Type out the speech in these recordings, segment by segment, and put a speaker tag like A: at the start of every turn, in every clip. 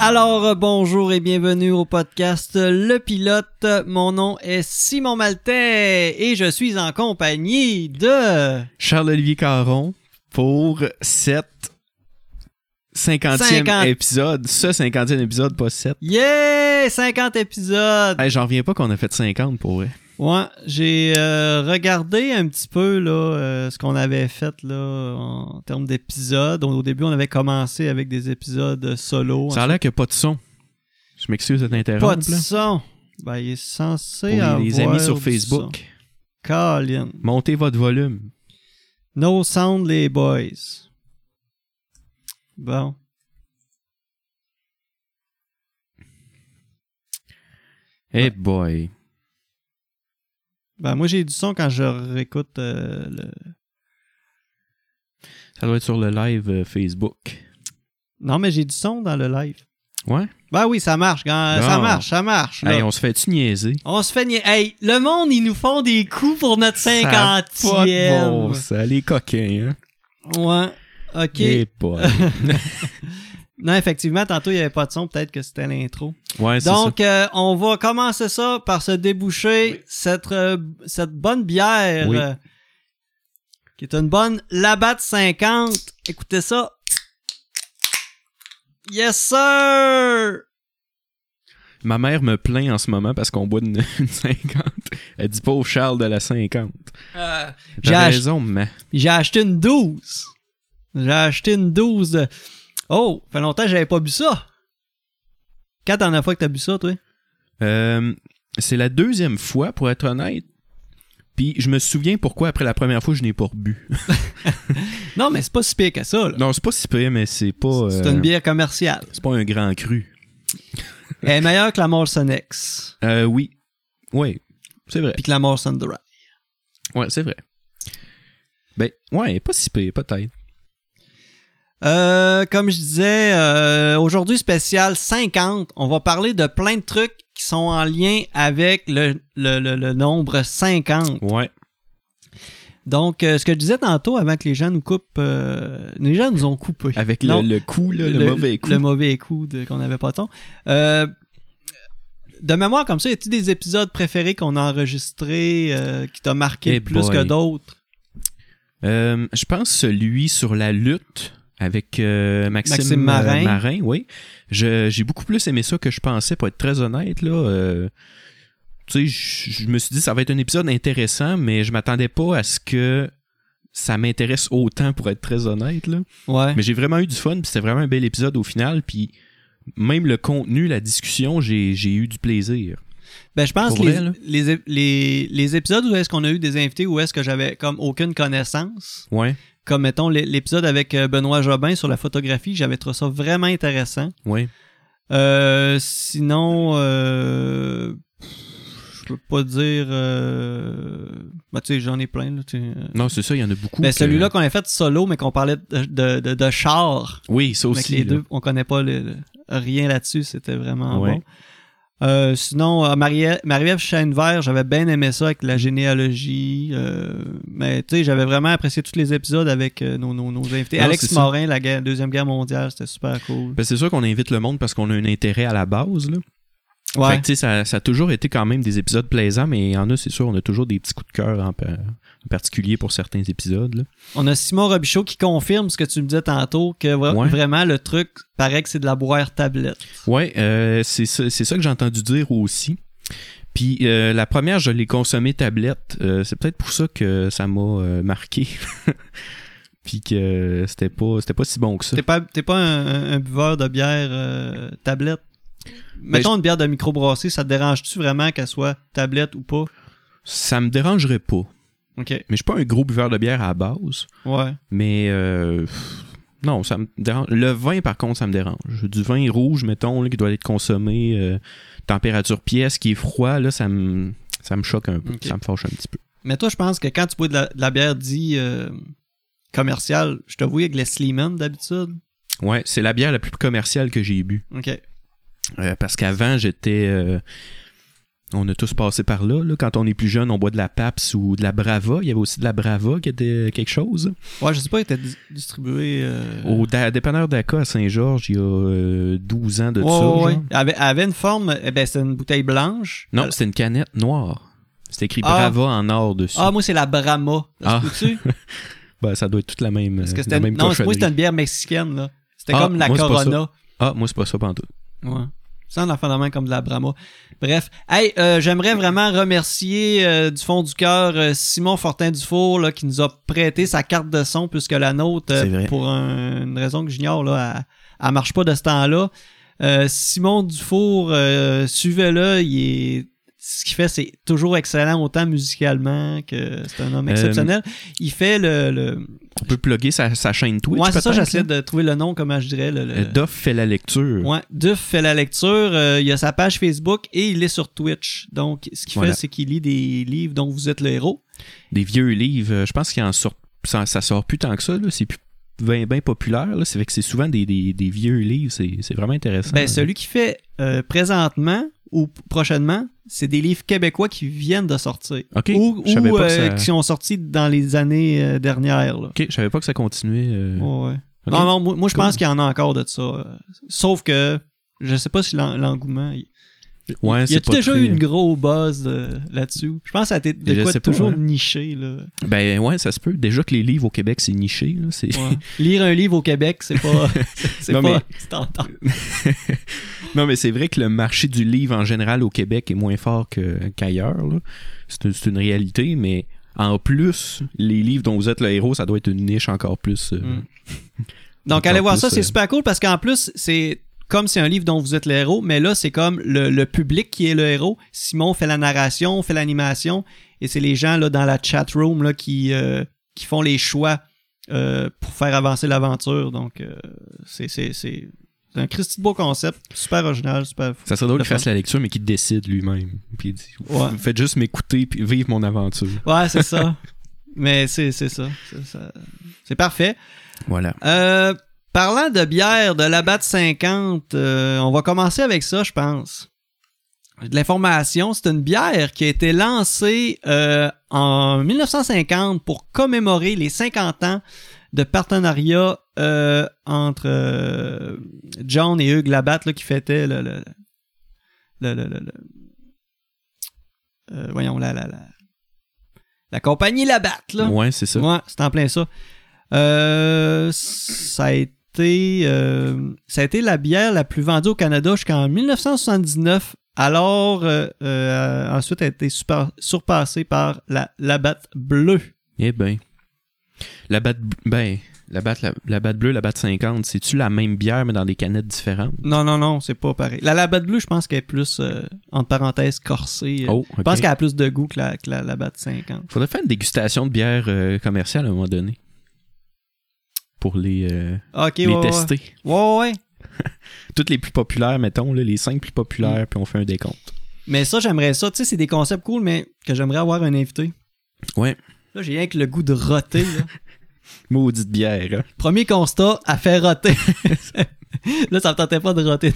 A: Alors, euh, bonjour et bienvenue au podcast Le Pilote. Mon nom est Simon Maltais et je suis en compagnie de
B: Charles-Olivier Caron pour cette 50e
A: Cinquante.
B: épisode. Ce 50e épisode, pas 7.
A: Yeah! 50 épisodes!
B: Hey, J'en reviens pas qu'on a fait 50 pour vrai.
A: Ouais, j'ai euh, regardé un petit peu là, euh, ce qu'on avait fait là, en termes d'épisodes. Au début, on avait commencé avec des épisodes solo.
B: Ça a l'air qu'il n'y a pas de son. Je m'excuse de
A: Pas de
B: t'interrompre. là.
A: son! Ben, il est censé
B: Pour
A: avoir
B: les, les amis sur
A: du son.
B: Facebook,
A: Colin.
B: montez votre volume.
A: No sound, les boys. Bon.
B: Eh boy.
A: Ben, moi, j'ai du son quand je réécoute euh, le...
B: Ça doit être sur le live euh, Facebook.
A: Non, mais j'ai du son dans le live.
B: Ouais.
A: Ben oui, ça marche. quand- Ça
B: Bon.
A: marche, ça marche. là.
B: Hey,
A: on...
B: on se fait-tu niaiser?
A: se fait... nia- Hey, le monde, ils nous font des coups pour notre
B: Ça a pas de bon
A: 50e.
B: sens, les coquins, hein?
A: Ouais. OK.
B: Eh boy.
A: Non, effectivement, tantôt, il n'y avait pas de son. Peut-être que c'était l'intro.
B: ouais, c'est ça.
A: Donc, euh, on va commencer ça par se déboucher cette, euh, cette bonne bière,
B: Oui.
A: euh, qui est une bonne Labatt 50. Écoutez ça. Yes, sir!
B: Ma mère me plaint en ce moment parce qu'on boit une, une 50. Elle dit pas au Charles de la 50.
A: Euh, j'ai
B: T'as
A: ach-
B: raison, mais.
A: J'ai acheté une 12. J'ai acheté une 12 de... Oh, fait longtemps que j'avais pas bu ça. Quand t'en as fois que t'as bu ça, toi?
B: Euh, c'est la deuxième fois, pour être honnête. Puis je me souviens pourquoi après la première fois je n'ai pas rebu.
A: Non, mais c'est pas si pire que ça, là.
B: Non, c'est pas si pire, mais c'est pas.
A: C'est
B: euh,
A: une bière commerciale.
B: c'est pas un grand cru.
A: Elle est meilleure que la Morrison X.
B: Euh, oui. Oui. C'est vrai.
A: Puis que la Morrison Dry.
B: Ouais, c'est vrai. Ben, ouais, pas si pire, peut-être.
A: Euh, comme je disais, euh, aujourd'hui spécial 50, on va parler de plein de trucs qui sont en lien avec le, le, le- le nombre 50.
B: Ouais.
A: Donc, euh, ce que je disais tantôt avant que les gens nous coupent, euh, les gens nous ont coupé.
B: Avec le,
A: Non.
B: le coup, là, le, mauvais coup.
A: Le mauvais coup de- qu'on n'avait pas tant. Euh, de mémoire comme ça, y a-t-il des épisodes préférés qu'on a enregistrés euh, qui t'a marqué
B: Eh
A: plus
B: boy.
A: que d'autres?
B: Euh, je pense celui sur la lutte avec euh, Maxime,
A: Maxime
B: euh,
A: Marin.
B: oui. Je- J'ai beaucoup plus aimé ça que je pensais, pour être très honnête. Là, Euh, tu sais, je je me suis dit ça va être un épisode intéressant, mais je m'attendais pas à ce que ça m'intéresse autant, pour être très honnête. Là.
A: Ouais.
B: Mais j'ai vraiment eu du fun, puis c'était vraiment un bel épisode au final, puis même le contenu, la discussion, j'ai j'ai eu du plaisir.
A: Ben, je pense
B: Pour
A: les,
B: vrai, là.
A: les, ép- les, les épisodes où est-ce qu'on a eu des invités où est-ce que j'avais comme aucune connaissance,
B: Ouais,
A: comme mettons l'é- l'épisode avec euh, Benoît Jobin sur la photographie, j'avais trouvé ça vraiment intéressant.
B: ouais.
A: Euh, sinon, euh, je peux pas dire. Euh, ben, tu sais, j'en ai plein. Là, tu sais, euh.
B: Non, c'est ça, il y en a beaucoup.
A: Ben,
B: que-
A: celui-là qu'on a fait solo, mais qu'on parlait de, de, de, de char.
B: Oui, ça
A: Avec
B: aussi.
A: les
B: là.
A: deux, on connaît pas le- le- rien là-dessus, c'était vraiment
B: Ouais.
A: bon. Euh, sinon, euh, Marie- Marie-Ève Chaîne-Vert, j'avais bien aimé ça avec la généalogie. euh, mais tu sais, j'avais vraiment apprécié tous les épisodes avec euh, nos, nos- nos invités.
B: Non,
A: Alex
B: Ah, c'est ça.
A: Morin, la guerre- Deuxième Guerre mondiale, c'était super cool.
B: Ben, c'est sûr qu'on invite le monde parce qu'on a un intérêt à la base. Là. Fait
A: Ouais.
B: que, tu sais, ça, ça a toujours été quand même des épisodes plaisants, mais il y en a, c'est sûr, on a toujours des petits coups de cœur en, pa- en particulier pour certains épisodes. là.
A: On a Simon Robichaud qui confirme ce que tu me disais tantôt, que vra-
B: Ouais.
A: vraiment le truc paraît que c'est de la boire tablette.
B: Ouais, euh, c'est ça, c'est ça que j'ai entendu dire aussi. Puis euh, la première, je l'ai consommée tablette. Euh, c'est peut-être pour ça que ça m'a euh, marqué. Puis que c'était pas, c'était pas si bon que ça.
A: T'es pas, t'es pas un, un- un buveur de bière euh, tablette.
B: Ben,
A: Mettons une bière de microbrasserie, ça te dérange-tu vraiment qu'elle soit tablette ou pas?
B: Ça me dérangerait pas.
A: Ok.
B: Mais je suis pas un gros buveur de bière à la base.
A: Ouais.
B: Mais euh, pff, non, ça me dérange. Le vin, par contre, ça me dérange. Du vin rouge, mettons, là, qui doit être consommé, euh, température pièce, qui est froid, là, ça me, ça me choque un peu.
A: Ok.
B: Ça me fâche un petit peu.
A: Mais toi, je pense que quand tu bois de la, de la bière dit euh, commerciale, je te vois avec les Sleeman d'habitude.
B: Ouais, c'est la bière la plus commerciale que j'ai bu.
A: Ok.
B: Euh, parce qu'avant, j'étais. euh, On a tous passé par là, là. Quand on est plus jeune, on boit de la PAPS ou de la Brava. Il y avait aussi de la Brava qui était quelque chose.
A: Ouais, je sais pas, il était di- distribué. euh,
B: Au da- dépanneur d'Aca à Saint-Georges, il y a euh, 12 ans de
A: ouais,
B: ça.
A: ouais, ouais.
B: genre.
A: Elle avait, elle avait une forme. eh ben, c'était une bouteille blanche. Euh,
B: Non,
A: Elle-
B: c'était Euh, une canette noire. C'était écrit
A: Ah.
B: Brava en or dessus.
A: Ah, moi, c'est la Brahma.
B: Ah.
A: Ça se peut-tu?
B: Ben, ça doit être toute la même,
A: Parce que
B: euh,
A: c'était
B: la même
A: une- Non, moi,
B: cochonnerie.
A: c'était une bière mexicaine, là. C'était
B: Ah,
A: comme la
B: moi, c'est pas
A: Corona.
B: Ah, moi, c'est pas ça pantoute.
A: Ouais. Ça, on en fait la main comme de la Brahma. Bref. Hey, euh, j'aimerais vraiment remercier euh, du fond du cœur euh, Simon Fortin-Dufour là, qui nous a prêté sa carte de son plus que la nôtre euh,
B: C'est vrai.
A: pour un- une raison que j'ignore. Là, elle, elle marche pas de ce temps-là. Euh, Simon Dufour, euh, suivez-le. Il est... Ce qu'il fait, c'est toujours excellent, autant musicalement que c'est un homme
B: Euh,
A: exceptionnel. Il fait le. le...
B: On peut plugger sa, sa chaîne Twitch.
A: Ouais, c'est ça,
B: peut-être,
A: j'essaie
B: là.
A: de trouver le nom, comment je dirais. le- le-
B: hein? Euh, Duff fait la lecture.
A: Ouais, Duff fait la lecture, euh, il a sa page Facebook et il est sur Twitch. Donc, ce qu'il
B: Voilà.
A: fait, c'est qu'il lit des livres dont vous êtes le héros.
B: Des vieux livres. euh, Je pense qu'il en sort. Ça, ça sort plus tant que ça. là. C'est plus bien populaire. là. C'est fait que c'est souvent des, des- des vieux livres. C'est c'est vraiment intéressant.
A: Ben, celui qui fait euh, présentement ou p- prochainement, c'est des livres québécois qui viennent de sortir.
B: Ok,
A: Ou,
B: je savais
A: ou,
B: pas que
A: euh,
B: ça-
A: qui sont sortis dans les années euh, dernières. là.
B: Ok, je savais pas que ça continuait. euh,
A: Ouais, ouais.
B: ok.
A: Non, non, moi, moi, je
B: Cool.
A: pense qu'il y en a encore de ça. euh, Sauf que je sais pas si l'en- l'engouement. Il
B: Ouais,
A: il y a
B: c'est pas
A: déjà
B: très-
A: eu une grosse buzz euh, là-dessus. Je pense que ça a été de
B: Je
A: quoi
B: sais pas,
A: toujours
B: hein.
A: niché. Là.
B: Ben ouais, ça se peut. Déjà que les livres au Québec, c'est niché. là, c'est-
A: Ouais. Lire un livre au Québec, c'est pas. c'est- C'est
B: Non,
A: pas.
B: mais-
A: c'est tentant.
B: Non, mais c'est vrai que le marché du livre en général au Québec est moins fort que- qu'ailleurs. là. c'est une, c'est une réalité, mais en plus, les livres dont vous êtes le héros, ça doit être une niche encore plus. euh,
A: Mm. Donc,
B: Encore
A: allez voir
B: plus,
A: ça, c'est
B: euh,
A: super cool parce qu'en plus, c'est comme c'est un livre dont vous êtes le héros, mais là, c'est comme le, le public qui est le héros. Simon fait la narration, fait l'animation, et c'est les gens là, dans la chat room là, qui, euh, qui font les choix euh, pour faire avancer l'aventure. Donc, euh, c'est c'est- c'est c'est un Christy de beau concept, super original, super fou.
B: Ça serait drôle
A: Le
B: qu'il fasse la lecture, mais qu'il décide lui-même. Puis il dit
A: Ouais.
B: Faites juste m'écouter puis vivre mon aventure.
A: Ouais, c'est ça. mais c'est c'est ça. C'est ça. C'est parfait.
B: Voilà.
A: Euh, parlant de bière, de la BAT 50, euh, on va commencer avec ça, je pense. De l'information, c'est une bière qui a été lancée euh, en 1950 pour commémorer les 50 ans de partenariat euh, entre euh, John et Hugues Labatt là, qui fêtaient le, le, le- le- le- le- euh, voyons la la la, la compagnie Labatt là.
B: Ouais, c'est ça.
A: Ouais, c'est en plein ça. Euh, ça a été euh, ça a été la bière la plus vendue au Canada jusqu'en 1979. Alors euh, euh, ensuite elle a été super- surpassée par la la batte bleue.
B: Eh ben. La batte. Ben. La batte, la, la batte bleue, la batte 50, c'est-tu la même bière, mais dans des canettes différentes?
A: Non non non, c'est pas pareil. La la batte bleue, je pense qu'elle est plus euh, entre parenthèses corsée.
B: Oh,
A: Je
B: ok.
A: pense qu'elle a plus de goût que la que la, la batte 50.
B: Faudrait faire une dégustation de bière euh, commerciale à un moment donné. Pour les, euh,
A: OK,
B: les
A: ouais, ouais.
B: tester.
A: Ouais, ouais, ouais.
B: Toutes les plus populaires, mettons, là, les cinq plus populaires, puis on fait un décompte.
A: Mais ça j'aimerais ça, tu sais c'est des concepts cool mais que j'aimerais avoir un invité.
B: Ouais.
A: Là, j'ai rien que le goût de roter là.
B: Maudite bière. hein.
A: Premier constat, à faire roter. là, ça me tentait pas de roter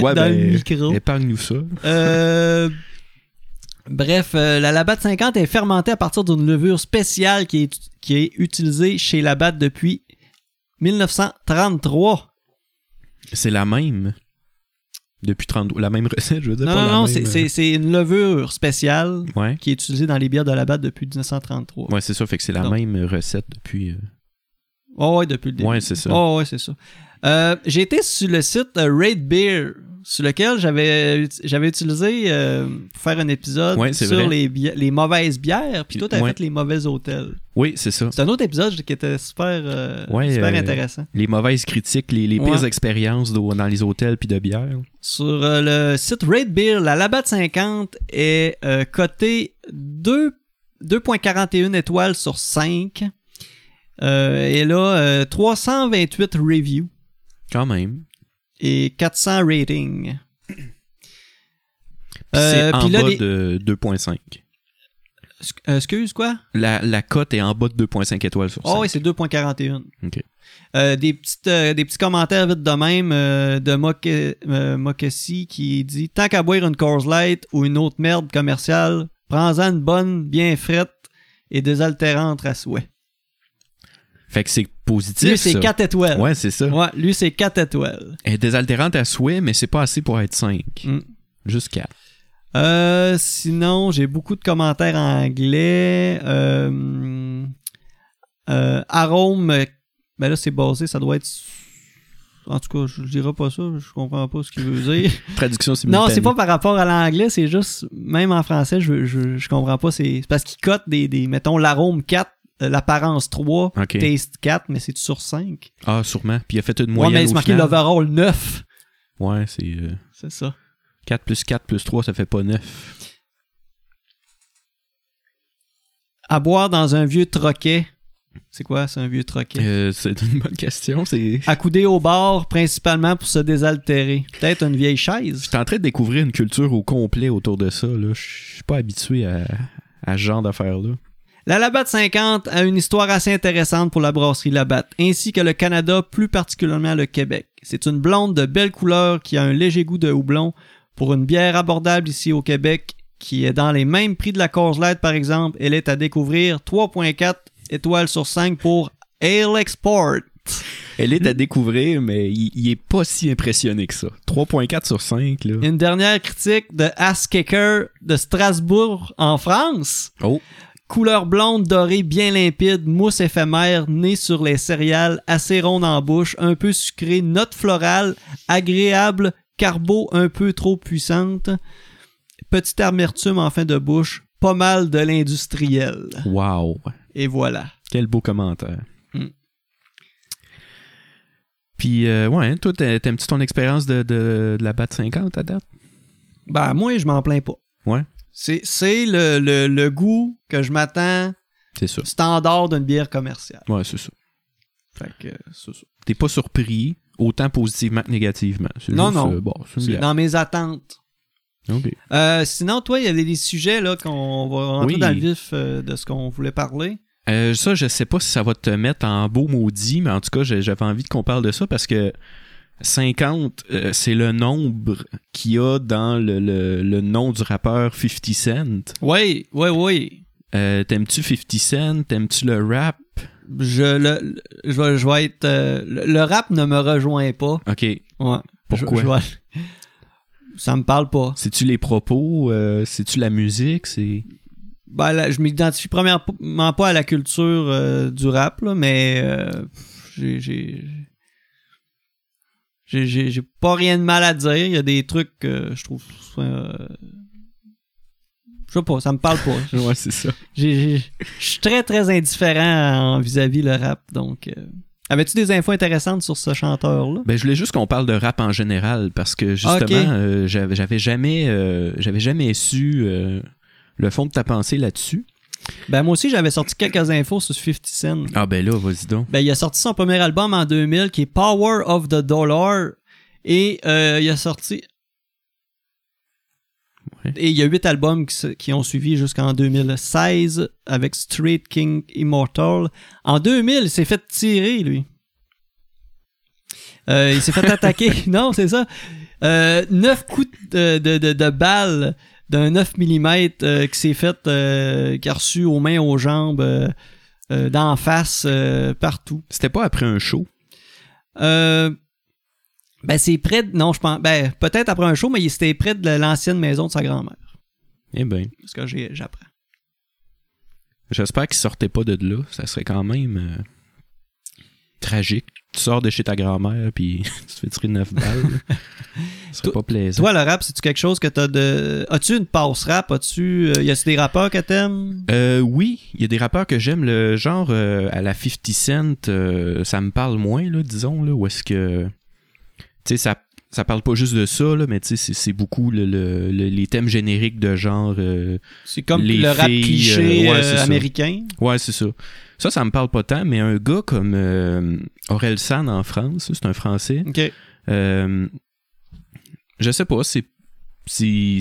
B: Ouais,
A: dans le
B: ben.
A: micro.
B: Épargne-nous ça.
A: Euh, bref, euh, la Labatt 50 est fermentée à partir d'une levure spéciale qui est, qui est utilisée chez Labatt depuis 1933.
B: C'est la même. Depuis 30 La même recette, je veux dire.
A: Non,
B: pas
A: non,
B: la
A: non,
B: même,
A: c'est-
B: euh,
A: c'est c'est une levure spéciale
B: Ouais.
A: qui est utilisée dans les bières de Labatt depuis 1933.
B: Ouais, c'est ça. Fait que c'est la
A: Non.
B: même recette depuis. euh,
A: Oh, ouais, depuis le début.
B: Ouais, c'est ça.
A: Oh, ouais, c'est ça. Euh, j'ai été sur le site euh, Raid Beer, sur lequel j'avais ut- j'avais utilisé euh, pour faire un épisode
B: Ouais, c'est
A: sur
B: vrai.
A: les, bi- les mauvaises bières, puis toi, t'avais
B: Ouais.
A: fait les mauvais hôtels.
B: Oui, c'est ça.
A: C'est un autre épisode qui était super, euh,
B: Ouais,
A: super
B: euh,
A: intéressant.
B: Les mauvaises critiques, les, les pires
A: Ouais.
B: expériences d'au- dans les hôtels puis de bière.
A: Sur euh, le site Raid Beer, la Labatt 50 est euh, cotée 2 2.41 étoiles sur 5. Euh, et là, euh, 328 reviews.
B: Quand même.
A: et 400 ratings.
B: Puis
A: Euh,
B: c'est en
A: puis là,
B: bas
A: les-
B: de 2.5.
A: Sc- euh, excuse, quoi?
B: La, la cote est en bas de 2.5 étoiles sur 5.
A: Oh oui, c'est 2.41.
B: Ok.
A: Euh, des, petites, euh, des petits commentaires vite de même euh, de Moke- euh, Mokessi qui dit « Tant qu'à boire une Coors Light ou une autre merde commerciale, prends-en une bonne, bien frette et désaltérante à souhait.
B: Fait que c'est » positif.
A: Lui, c'est
B: ça.
A: 4 étoiles.
B: Ouais, c'est ça.
A: Ouais, lui, c'est 4 étoiles.
B: Elle est désaltérante à souhait, mais c'est pas assez pour être 5.
A: Mm.
B: Juste 4.
A: Euh, sinon, j'ai beaucoup de commentaires en anglais. Euh, euh, arôme, euh, ben là, c'est basé, ça doit être... En tout cas, je je dirais pas ça, je comprends pas ce qu'il veut dire.
B: Traduction simultanée.
A: Non, c'est pas par rapport à l'anglais, c'est juste, même en français, je, je, je comprends pas. C'est c'est parce qu'ils cotent des, des, mettons, l'arôme 4, euh, l'apparence 3,
B: Ok.
A: taste 4, mais c'est sur 5.
B: Ah, sûrement. Puis il a fait une
A: Ouais,
B: moyenne.
A: mais c'est
B: au
A: marqué
B: final.
A: l'overall 9.
B: Ouais, c'est euh,
A: C'est ça.
B: 4 plus 4 plus 3, ça fait pas 9.
A: À boire dans un vieux troquet. C'est quoi, c'est un vieux troquet?
B: Euh, c'est une bonne question. C'est.
A: Accoudé au bord, principalement pour se désaltérer. Peut-être une vieille chaise.
B: Je suis en train de découvrir une culture au complet autour de ça. Là. Je suis pas habitué à, à ce genre d'affaires-là.
A: La Labatt 50 a une histoire assez intéressante pour la brasserie Labatt, ainsi que le Canada, plus particulièrement le Québec. C'est une blonde de belle couleur qui a un léger goût de houblon pour une bière abordable ici au Québec, qui est dans les mêmes prix de la Coors Light par exemple. Elle est à découvrir 3.4 étoiles sur 5 pour Ale Export.
B: Elle est à
A: Mm.
B: découvrir, mais il, il est pas si impressionné que ça. 3.4 sur 5, là.
A: Une dernière critique de Askeker de Strasbourg en France.
B: Oh.
A: Couleur blonde dorée bien limpide, mousse éphémère, née sur les céréales, assez ronde en bouche, un peu sucrée, note florale, agréable, carbo un peu trop puissante, petite amertume en fin de bouche, pas mal de l'industriel.
B: Wow.
A: Et voilà.
B: Quel beau commentaire.
A: Mm.
B: Puis, euh, ouais, toi, t'a- t'aimes-tu ton expérience de, de- de la BAT 50 à date?
A: Ben, moi, je m'en plains pas.
B: Ouais.
A: C'est, c'est le, le- le goût que je m'attends
B: C'est ça.
A: standard d'une bière commerciale.
B: Ouais, c'est ça.
A: Fait que, euh, c'est ça.
B: T'es pas surpris, autant positivement que négativement. C'est
A: Non,
B: juste,
A: non.
B: euh, bon, c'est une
A: C'est
B: bière.
A: dans mes attentes.
B: Ok.
A: Euh, sinon, toi, il y avait des sujets là qu'on va rentrer
B: Oui.
A: dans le vif euh, de ce qu'on voulait parler.
B: Euh, ça, je sais pas si ça va te mettre en beau maudit, mais en tout cas, j'ai- j'avais envie qu'on parle de ça parce que 50, euh, c'est le nombre qu'il y a dans le, le- le nom du rappeur 50 Cent.
A: Oui, oui, oui.
B: Euh, T'aimes-tu 50 Cent? T'aimes-tu le rap?
A: Je, le, le- je, vais, je vais être. euh, le, le rap ne me rejoint pas.
B: Ok.
A: Ouais. Je-
B: Pourquoi?
A: je vais- ça me parle pas.
B: C'est-tu les propos? Euh, C'est-tu la musique? C'est.
A: Ben, là, je m'identifie premièrement pas à la culture euh, du rap, là, mais euh, j'ai- j'ai. J'ai, j'ai, j'ai pas rien de mal à dire. Il y a des trucs que je trouve. euh, je sais pas, ça me parle pas.
B: Ouais, c'est ça.
A: J'ai- j'ai- Je suis très très indifférent en vis-à-vis le rap, donc. euh, Avais-tu des infos intéressantes sur ce chanteur-là?
B: Ben, je voulais juste qu'on parle de rap en général parce que justement,
A: Ok.
B: euh, j'avais j'avais jamais, euh, j'avais jamais su euh, le fond de ta pensée là-dessus.
A: Ben moi aussi j'avais sorti quelques infos sur 50 Cent.
B: Ah ben là, vas-y donc.
A: Ben il a sorti son premier album en 2000 qui est Power of the Dollar et euh, il a sorti
B: Ouais.
A: et il y a huit albums qui, se- qui ont suivi jusqu'en 2016 avec Street King Immortal. En 2000, il s'est fait tirer, lui. Euh, il s'est fait attaquer. non, c'est ça. Euh, neuf coups de, de, de, de balles d'un 9 mm qui s'est fait, euh, qui a reçu aux mains, aux jambes, euh, euh, d'en face, euh, partout.
B: C'était pas après un show.
A: Euh, ben, c'est près de. Non, je pense. Ben, peut-être après un show, mais il- c'était près de l'ancienne maison de sa grand-mère.
B: Eh ben,
A: C'est Ce que j'ai- j'apprends.
B: j'espère qu'il sortait pas de là. Ça serait quand même euh, tragique. Tu sors de chez ta grand-mère puis tu te fais tirer 9 balles. Ce serait
A: Toi-
B: pas plaisant.
A: Toi, le rap, c'est-tu quelque chose que t'as de. As-tu une passe rap? As-tu. euh, y a-tu des rappeurs que t'aimes?
B: Euh, oui, il y a des rappeurs que j'aime, le genre euh, à la 50 Cent, euh, ça me parle moins, là, disons, là, où est-ce que. Tu sais, ça, ça parle pas juste de ça, là, mais tu sais, c'est- c'est beaucoup le- le- le- les thèmes génériques de genre. euh,
A: C'est comme
B: Les
A: le rap
B: filles,
A: cliché
B: euh, ouais,
A: euh,
B: c'est ça.
A: américain.
B: Ouais, c'est ça. Ça, ça me parle pas tant, mais un gars comme euh, Aurel San en France, c'est un Français,
A: Ok.
B: euh, je sais pas, c'est. c'est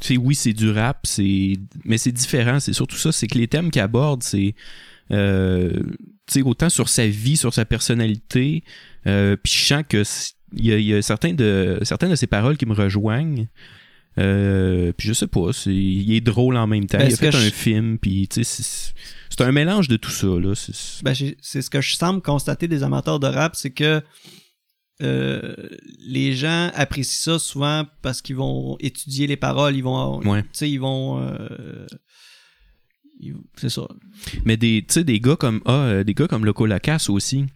B: c'est- oui c'est du rap c'est mais c'est différent c'est surtout ça c'est que les thèmes qu'il aborde c'est euh, tu sais, autant sur sa vie sur sa personnalité euh, puis je sens que c- il y a, il y a certains de certaines de ses paroles qui me rejoignent euh, puis je sais pas c'est il est drôle en même temps
A: Ben,
B: il a
A: ce que
B: fait un
A: je-
B: film puis tu sais c'est- c'est un mélange de tout ça là C'est-
A: Ben, j'ai- c'est ce que je semble constater des amateurs de rap, c'est que euh, les gens apprécient ça souvent parce qu'ils vont étudier les paroles, ils vont,
B: Ouais.
A: tu sais, ils vont, euh, ils- c'est ça.
B: mais des tu sais des gars comme ah, euh, des gars comme Loco Lacasse aussi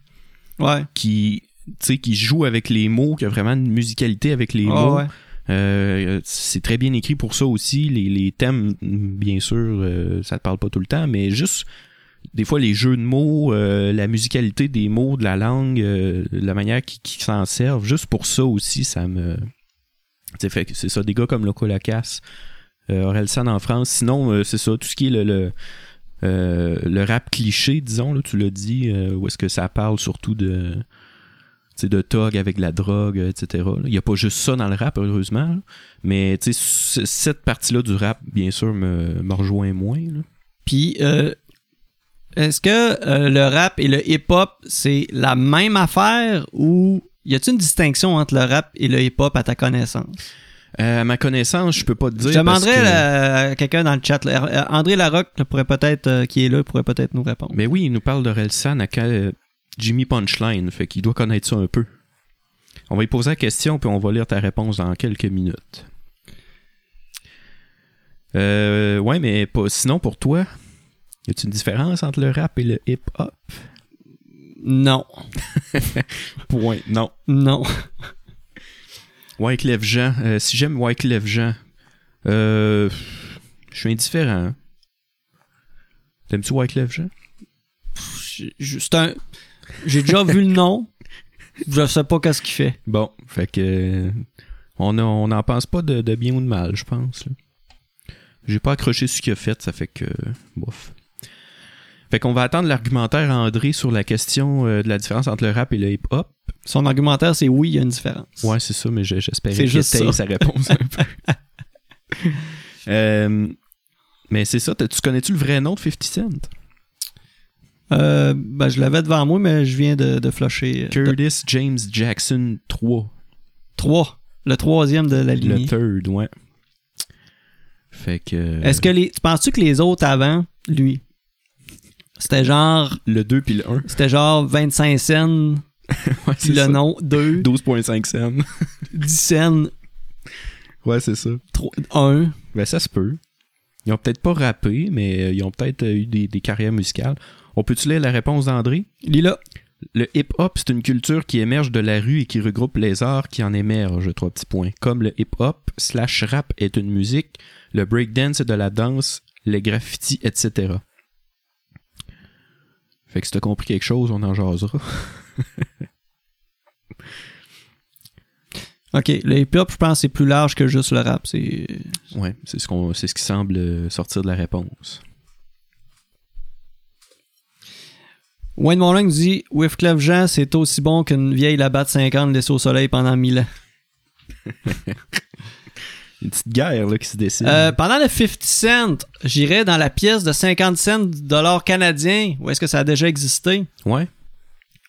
A: Ouais.
B: qui tu sais qui joue avec les mots qui a vraiment une musicalité avec les
A: Ouais,
B: mots
A: Ah ouais.
B: Euh, c'est très bien écrit pour ça aussi. Les, les thèmes, bien sûr, euh, ça te parle pas tout le temps, mais juste des fois les jeux de mots, euh, la musicalité des mots, de la langue, euh, la manière qu'ils qu'ils s'en servent, juste pour ça aussi, ça me. C'est fait que c'est ça, des gars comme Loco Lacasse, euh, Orelsan en France. Sinon, euh, c'est ça, tout ce qui est le. le euh, le rap cliché, disons, là, tu l'as dit, euh, où est-ce que ça parle surtout de, tu sais, de tog avec la drogue, etc. là. Il n'y a pas juste ça dans le rap, heureusement. là. Mais tu sais, ce- cette partie-là du rap, bien sûr, me, me rejoint moins. là.
A: Puis, euh, est-ce que euh, le rap et le hip-hop, c'est la même affaire ou y a-t-il une distinction entre le rap et le hip-hop à ta connaissance?
B: Euh, à ma connaissance, je peux pas te dire.
A: je demanderais
B: parce que-
A: là, à quelqu'un dans le chat. là. Euh, André Larocque là, pourrait peut-être, euh, qui est là, pourrait peut-être nous répondre.
B: Mais Ben oui, il nous parle d'Orelsan à quand, euh, Jimmy Punchline, fait qu'il doit connaître ça un peu. On va lui poser la question, puis on va lire ta réponse dans quelques minutes. Euh, ouais, mais pas- sinon, pour toi, y a-t-il une différence entre le rap et le hip-hop?
A: Non,
B: Point. Non.
A: non.
B: Wyclef Jean. Euh, si j'aime Wyclef Jean, euh, je suis indifférent. T'aimes-tu Wyclef Jean?
A: Je- je- c'est un- J'ai déjà vu le nom. Je sais pas qu'est-ce qu'il fait.
B: Bon, fait que euh, on a- on n'en pense pas de, de bien ou de mal, je pense. là. J'ai pas accroché ce qu'il a fait, ça fait que euh, bof. Fait qu'on va attendre l'argumentaire à André sur la question euh, de la différence entre le rap et le hip-hop.
A: Son argumentaire, c'est oui, il y a une différence.
B: Ouais, c'est ça, mais je- j'espérais
A: C'est
B: qu'il
A: juste
B: étaye
A: ça.
B: sa réponse un peu. Euh, mais c'est ça, t'as- tu connais-tu le vrai nom de 50 Cent?
A: Euh, ben, je l'avais devant moi, mais je viens de, de flusher. euh, de-
B: Curtis James Jackson 3.
A: Trois. Le troisième de la
B: Le
A: lignée.
B: third, ouais. Fait que.
A: Est-ce que les. Tu penses-tu que les autres avant, lui, c'était genre.
B: Le 2 puis le 1.
A: C'était genre 25 cents,
B: Ouais,
A: puis
B: c'est
A: le
B: ça.
A: nom 2,
B: 12,5 cents.
A: 10 cents,
B: ouais, c'est ça.
A: 1.
B: Ben, ça se peut. Ils ont peut-être pas rappé, mais euh, ils ont peut-être euh, eu des, des carrières musicales. On peut-tu lire la réponse d'André?
A: Lila.
B: Le hip-hop, c'est une culture qui émerge de la rue et qui regroupe les arts qui en émergent, trois petits points. Comme le hip-hop slash rap est une musique, le breakdance est de la danse, les graffitis, etc. Fait que si t'as compris quelque chose, on en jasera.
A: Ok, le hip-hop, je pense, c'est plus large que juste le rap. C'est.
B: Ouais, c'est ce, qu'on, c'est ce qui semble euh, sortir de la réponse.
A: Wayne Morling nous dit Wyclef Jean, c'est aussi bon qu'une vieille labatte 50 laissée au soleil pendant 1000 ans.
B: Une petite guerre là, qui se dessine.
A: Euh, pendant le 50 cent, j'irais dans la pièce de 50 cents dollars canadiens. Où est-ce que ça a déjà existé
B: ouais.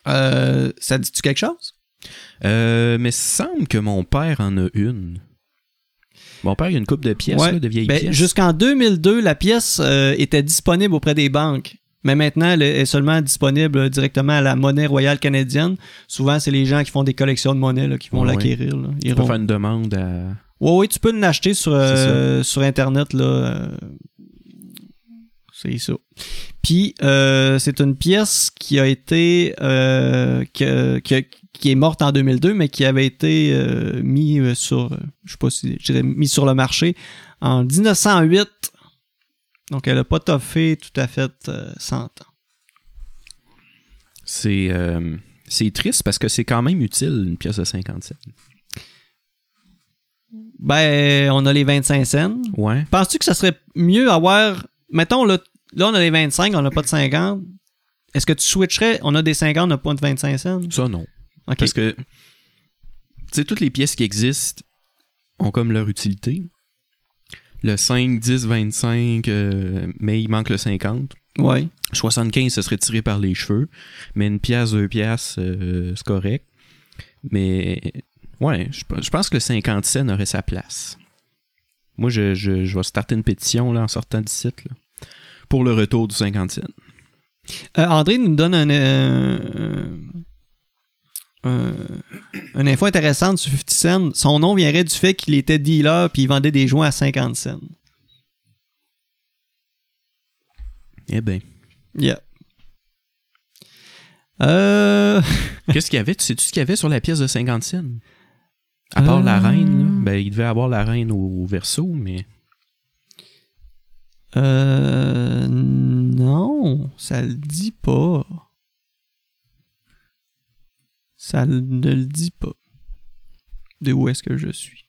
A: Euh, Ça dit-tu quelque chose
B: Euh, mais semble que mon père en a une. Mon père, il a une coupe de pièces,
A: Ouais.
B: là, de vieilles
A: Ben,
B: pièces.
A: Jusqu'en 2002, la pièce euh, était disponible auprès des banques. Mais maintenant, elle est seulement disponible directement à la monnaie royale canadienne. Souvent, c'est les gens qui font des collections de monnaie là, qui vont
B: Ouais.
A: l'acquérir. là. Ils
B: Tu peux
A: vont-
B: faire une demande à...
A: Ouais, ouais, tu peux l'acheter sur, euh, sur Internet. Là, euh, c'est ça. Puis, euh, c'est une pièce qui a été. euh, qui, a- qui a- qui est morte en 2002, mais qui avait été euh, mis euh, sur. euh, je sais pas si je dirais mis sur le marché en 1908. Donc, elle a pas toffé tout à fait euh, 100 ans.
B: C'est euh, c'est triste parce que c'est quand même utile une pièce de 50 cents.
A: Ben, on a les 25 cents.
B: Ouais.
A: Penses-tu que ça serait mieux avoir. Mettons, là, là on a les 25, on n'a pas de 50. Est-ce que tu switcherais On a des 50, on n'a pas de 25 cents.
B: Ça non.
A: Ok.
B: Parce que tu sais toutes les pièces qui existent ont comme leur utilité. Le 5, 10, 25, euh, mais il manque le 50.
A: Ouais.
B: 75, ce serait tiré par les cheveux. Mais une pièce, deux pièces, euh, c'est correct. Mais ouais, je, pe- je pense que le 50 cents aurait sa place. Moi, je, je- je vais starter une pétition là, en sortant du site là, pour le retour du 50 cents.
A: Euh, André nous donne un, euh, euh, une info intéressante sur 50 Cent. Son nom viendrait du fait qu'il était dealer puis il vendait des joints à 50 cents.
B: Eh bien.
A: Yeah. Euh...
B: Qu'est-ce qu'il y avait? Tu sais-tu ce qu'il y avait sur la pièce de 50 cents? À part la
A: Euh.
B: reine, là. ben, il devait avoir la reine au, au verso, mais
A: Euh. Non, ça le dit pas. Ça l- ne le dit pas. De où est-ce que je suis?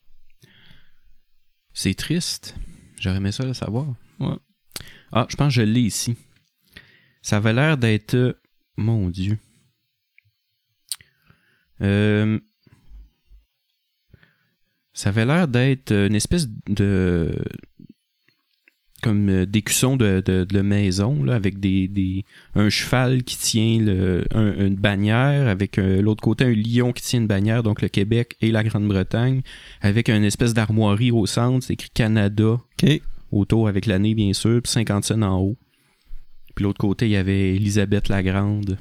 B: c'est triste. J'aurais aimé ça le savoir.
A: Ouais.
B: Ah, je pense que je l'ai ici. Ça avait l'air d'être. euh, Mon Dieu. Euh, Ça avait l'air d'être une espèce de. Comme euh, d'écusson de, de, de maison, là, avec des, des- un cheval qui tient le- un- une bannière, avec euh, l'autre côté un lion qui tient une bannière, donc le Québec et la Grande-Bretagne, avec une espèce d'armoirie au centre, c'est écrit Canada
A: Ok.
B: autour avec l'année, bien sûr, puis 50 cents en haut. Puis l'autre côté, il y avait Elisabeth la Grande,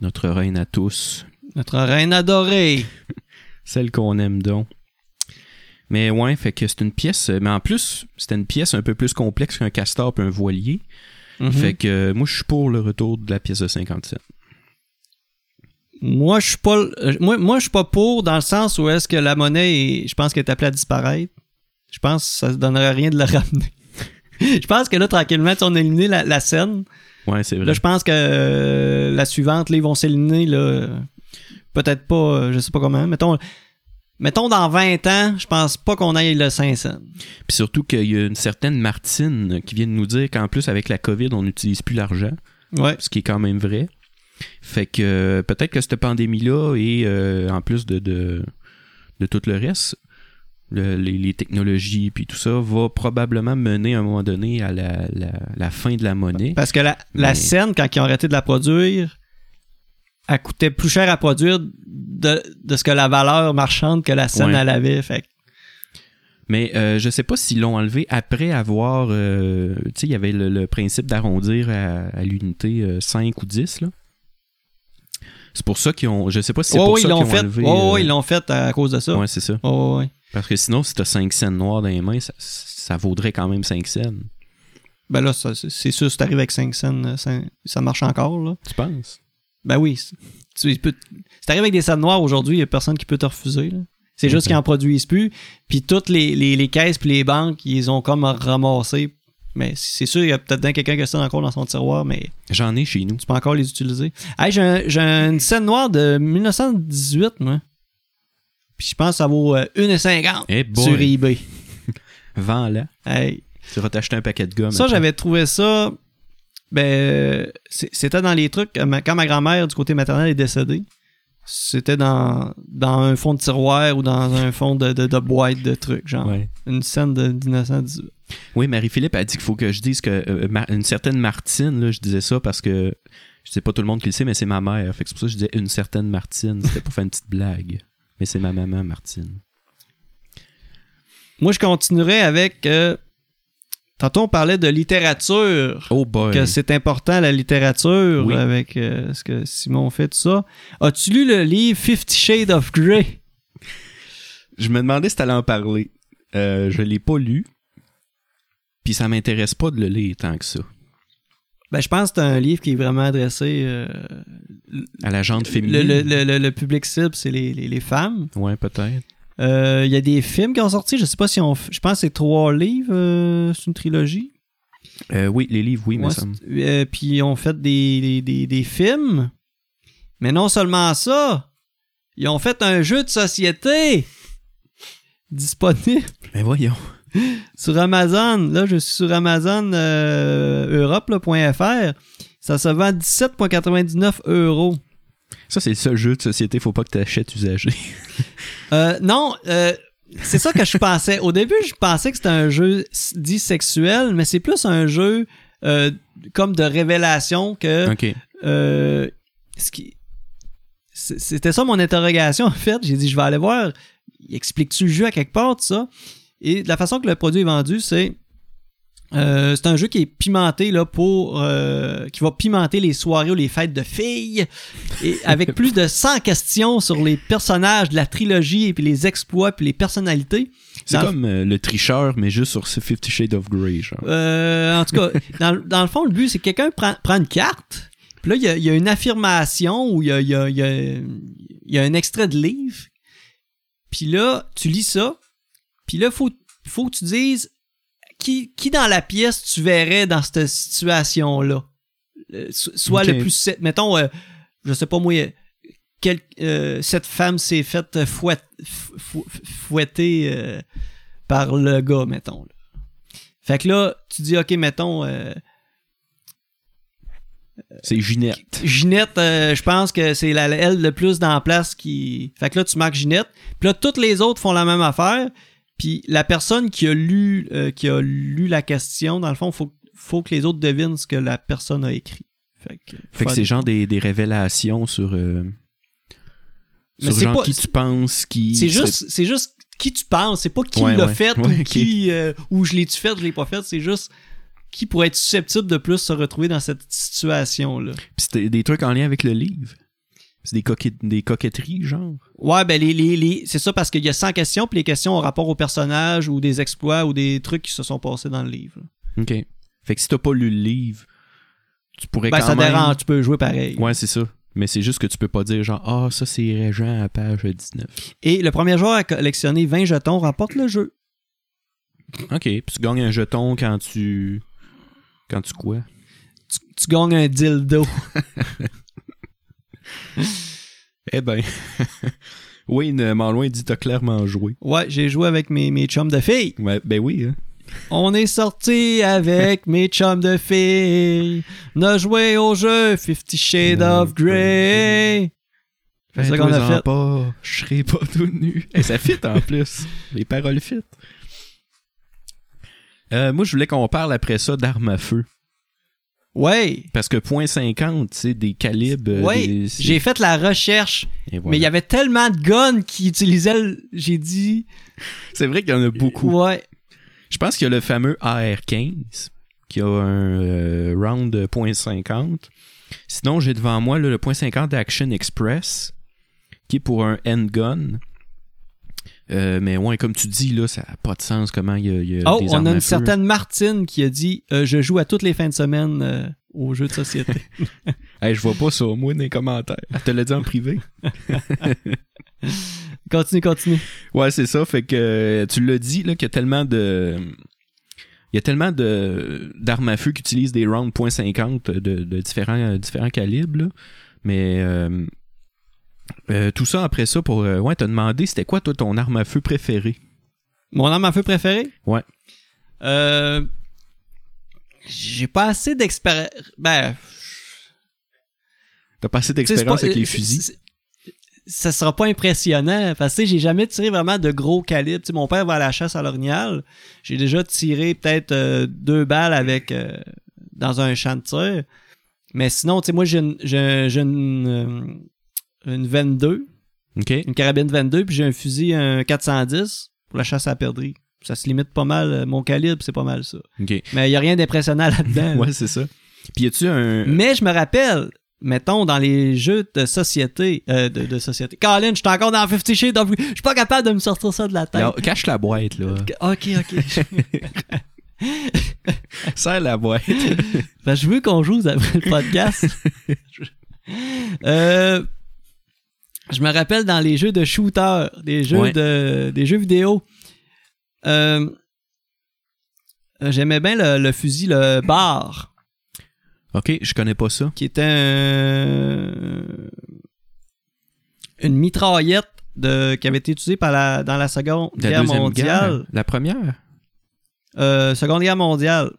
B: notre reine à tous,
A: Notre reine adorée.
B: celle qu'on aime donc. Mais ouais, fait que c'est une pièce, mais en plus, c'était une pièce un peu plus complexe qu'un castor puis un voilier.
A: Mhm.
B: Fait que euh, moi, je suis pour le retour de la pièce de 50 cents.
A: Moi, je suis pas, l- euh, moi, moi, je suis pas pour dans le sens où est-ce que la monnaie, est- je pense qu'elle est appelée à disparaître. Je pense que ça ne donnerait rien de la ramener. je pense que là, tranquillement, tu sais, on a éliminé la, la scène.
B: Ouais, c'est vrai.
A: Là, je pense que euh, la suivante, là, ils vont s'éliminer, là. euh, Peut-être pas, euh, je sais pas comment. Mettons, mettons dans 20 ans, je pense pas qu'on aille le 500.
B: Puis surtout qu'il y a une certaine Martine qui vient de nous dire qu'en plus, avec la COVID, on n'utilise plus l'argent.
A: Ouais.
B: ce qui est quand même vrai. Fait que euh, peut-être que cette pandémie-là et euh, en plus de, de, de tout le reste, le- les, les technologies puis tout ça, va probablement mener à un moment donné à la, la, la fin de la monnaie.
A: Parce que la, la
B: Mais-
A: scène, quand ils ont arrêté de la produire, elle coûtait plus cher à produire de, de ce que la valeur marchande que la scène,
B: Ouais.
A: elle avait. Fait que-
B: Mais euh, je sais pas s'ils l'ont enlevé après avoir... euh, tu sais, il y avait le, le principe d'arrondir à, à l'unité euh, 5 ou 10, là. C'est pour ça qu'ils ont... Je sais pas si c'est
A: Ouais,
B: pour
A: ouais,
B: ça
A: Oh ils
B: qu'ils
A: l'ont
B: ont
A: fait.
B: enlevé...
A: Ouais, ouais,
B: euh,
A: ils l'ont fait à cause de ça. Oh,
B: ouais, c'est ça.
A: Ouais, ouais.
B: Parce que sinon, si t'as 5 cents noirs dans les mains, ça, ça vaudrait quand même 5 cents.
A: Ben là, ça, c'est c'est sûr, si t'arrives avec 5 cents, euh, ça, ça marche encore, là.
B: Tu penses?
A: Ben oui. c'est- Tu, il peut- si t'arrives avec des scènes noires aujourd'hui, il n'y a personne qui peut te refuser. là. C'est juste
B: Ok.
A: qu'ils en produisent plus. Puis toutes les, les, les caisses puis les banques, ils les ont comme ramassé. Mais c'est sûr, il y a peut-être bien quelqu'un qui a ça encore dans son tiroir, mais
B: J'en ai chez nous.
A: tu peux encore les utiliser. Hey, j'ai, un- j'ai une scène noire de 1918, moi. Puis je pense que ça vaut euh, 1,50
B: Eh
A: sur
B: boy,
A: eBay.
B: vends-la.
A: Hey.
B: Tu vas t'acheter un paquet de gomme.
A: Ça,
B: après.
A: j'avais trouvé ça. Ben, c'est- c'était dans les trucs. euh, ma- Quand ma grand-mère, du côté maternel, est décédée, c'était dans, dans un fond de tiroir ou dans un fond de, de, de boîte de trucs, genre.
B: Ouais.
A: Une scène de 1918.
B: Oui, Marie-Philippe a dit qu'il faut que je dise que euh, Mar- une certaine Martine, là, je disais ça parce que je sais pas tout le monde qui le sait, mais c'est ma mère. Fait que c'est pour ça que je disais une certaine Martine. C'était pour faire une petite blague. Mais c'est ma maman, Martine.
A: Moi, je continuerai avec. euh, tantôt, on parlait de littérature.
B: Oh boy.
A: Que c'est important la littérature
B: Oui.
A: avec euh, ce que Simon fait, tout ça. As-tu lu le livre Fifty Shades of Grey?
B: Je me demandais si t'allais en parler. Euh, je l'ai pas lu. Puis ça m'intéresse pas de le lire tant que ça.
A: Ben, je pense que c'est un livre qui est vraiment adressé euh,
B: À la jante féminine.
A: Le, le- le- le- le public cible, c'est les, les- les femmes.
B: Ouais, peut-être.
A: Euh, Il y a des films qui ont sorti. Je sais pas si on. f- Je pense que c'est trois livres. euh, c'est une trilogie.
B: Euh, oui, les livres, oui, mais
A: Ouais,
B: ça me-
A: c'est- euh, Puis ils ont fait des, des, des- des films. Mais non seulement ça, ils ont fait un jeu de société disponible
B: Mais voyons.
A: sur Amazon. Là, je suis sur Amazon euh, Europe, là, point .fr. Ça se vend 17,99 euros.
B: Ça, c'est le seul jeu de société, faut pas que tu achètes usagé.
A: Euh, non, euh, C'est ça que je pensais. Au début, je pensais que c'était un jeu s- dit sexuel, mais c'est plus un jeu euh, comme de révélation que
B: OK.
A: euh, ce qui... c- C'était ça mon interrogation, en fait. J'ai dit, je vais aller voir, explique-tu le jeu à quelque part, tout ça? Et de la façon que le produit est vendu, c'est... euh, c'est un jeu qui est pimenté là pour euh, qui va pimenter les soirées ou les fêtes de filles et avec plus de 100 questions sur les personnages de la trilogie et puis les exploits puis les personnalités.
B: C'est
A: Dans-
B: comme euh, le tricheur, mais juste sur ce Fifty Shades of Grey, genre.
A: Euh, en tout cas, dans, le- dans le fond, le but, c'est que quelqu'un prend, prend une carte, puis là, il y a- il y, a une affirmation ou il y a, il y a- il y a- il y a un extrait de livre, puis là, tu lis ça, puis là, il faut, faut que tu dises qui, qui dans la pièce tu verrais dans cette situation-là. Euh, so- Soit
B: Ok.
A: le plus... se- Mettons, euh, je sais pas moi... euh, quel- euh, cette femme s'est faite euh, fouet- fou- fou- fouetter euh, par le gars, mettons. là. Fait que là, tu dis, OK, mettons, euh,
B: C'est Ginette.
A: Ginette, euh, je pense que c'est la, elle le plus dans la place qui. Fait que là, tu marques Ginette. Puis là, toutes les autres font la même affaire. Puis la personne qui a lu, euh, qui a lu la question, dans le fond, faut, faut que les autres devinent ce que la personne a écrit. Fait que,
B: Fait que c'est genre des, des révélations sur. euh,
A: Mais
B: sur
A: c'est
B: genre
A: pas-
B: qui tu penses, qui.
A: C'est juste, c'est juste qui tu penses. C'est pas qui
B: Ouais,
A: l'a
B: ouais.
A: fait
B: Ouais,
A: ou
B: ok.
A: qui euh, ou je l'ai tu fait, je l'ai pas fait. C'est juste qui pourrait être susceptible de plus se retrouver dans cette situation là.
B: Puis c'était des trucs en lien avec le livre. C'est des, coquet- des coquetteries, genre.
A: Ouais, ben les, les, les- c'est ça parce qu'il y a 100 questions, puis les questions ont rapport au personnage ou des exploits ou des trucs qui se sont passés dans le livre.
B: OK. Fait que si t'as pas lu le livre, tu pourrais
A: Ben
B: quand
A: ça
B: même.
A: dérange, tu peux jouer pareil.
B: Ouais, c'est ça. Mais c'est juste que tu peux pas dire genre Ah, ça c'est Régent à page 19.
A: Et le premier joueur à collectionner 20 jetons remporte le jeu.
B: OK. Puis tu gagnes un jeton quand tu. Quand tu quoi?
A: Tu, tu gagnes un dildo.
B: Eh ben. Wayne Malouin dit t'as clairement joué.
A: Ouais, j'ai joué avec mes, mes chums de filles.
B: Ouais, ben oui, hein.
A: On est sorti avec mes chums de filles. On a joué au jeu Fifty Shades of Grey. C'est ça qu'on a
B: Fais-toi-en
A: fait.
B: pas, je serai pas tout nu. Et ça fit en plus. Les paroles fit. Euh, moi, je voulais qu'on parle après ça d'armes à feu.
A: Ouais.
B: Parce que point .50, c'est des calibres. euh,
A: Ouais,
B: des-
A: j'ai fait la recherche,
B: Et voilà.
A: mais il y avait tellement de guns qui utilisaient le... J'ai dit...
B: C'est vrai qu'il y en a beaucoup.
A: Ouais,
B: Je pense qu'il y a le fameux AR-15 qui a un euh, round de .50. Sinon, j'ai devant moi là, le .50 d'Action Express qui est pour un handgun. Euh, mais ouais, comme tu dis, là, ça n'a pas de sens comment il y a, il y a
A: Oh,
B: des
A: on
B: armes
A: a
B: à
A: une
B: feu.
A: certaine Martine qui a dit euh, Je joue à toutes les fins de semaine euh, aux jeux de société.
B: Hey, je vois pas ça, moi, dans les commentaires. Elle te l'a dit en privé.
A: continue, continue.
B: Ouais, c'est ça. Fait que euh, tu l'as dit, là, qu'il y a tellement de. Il y a tellement de d'armes à feu qui utilisent des rounds .50 de, de différents, euh, différents calibres. là. Mais euh, euh, tout ça après ça pour. euh, ouais, t'as demandé c'était quoi toi ton arme à feu préférée?
A: Mon arme à feu préférée
B: Ouais.
A: Euh, J'ai pas assez d'expérience. Ben,
B: T'as passé
A: tu sais, c'est
B: d'expérience
A: pas-
B: avec les
A: c'est-
B: fusils.
A: c'est- Ça sera pas impressionnant parce que tu sais, j'ai jamais tiré vraiment de gros calibres. Tu sais, mon père va à la chasse à l'orignal. J'ai déjà tiré peut-être euh, deux balles avec euh, dans un champ de tir. Mais sinon, tu sais, moi j'ai une, j'ai- j'ai une, euh, une 22
B: OK.
A: une carabine 22 puis j'ai un fusil un 410 pour la chasse à la perdrix. Ça se limite pas mal euh, mon calibre, c'est pas mal ça.
B: OK.
A: Mais il y a rien d'impressionnant là-dedans.
B: Ouais, c'est ça. Puis y a-tu un.
A: Mais je me rappelle, mettons dans les jeux de société euh, de, de société. Colin, je suis encore dans 50 Shades of Grey. Je suis pas capable de me sortir ça de la tête.
B: Non, cache la boîte, là.
A: OK, OK.
B: Serre la boîte.
A: Ben, je veux qu'on joue après le podcast. Euh, je me rappelle dans les jeux de shooter, des jeux
B: Ouais.
A: de des jeux vidéo. Euh, J'aimais bien le, le fusil, le bar,
B: OK, je connais pas ça.
A: qui était un- une mitraillette de, qui avait été utilisée par la, dans la Seconde
B: La
A: Guerre
B: deuxième
A: mondiale.
B: guerre. La première?
A: Euh, seconde Guerre mondiale.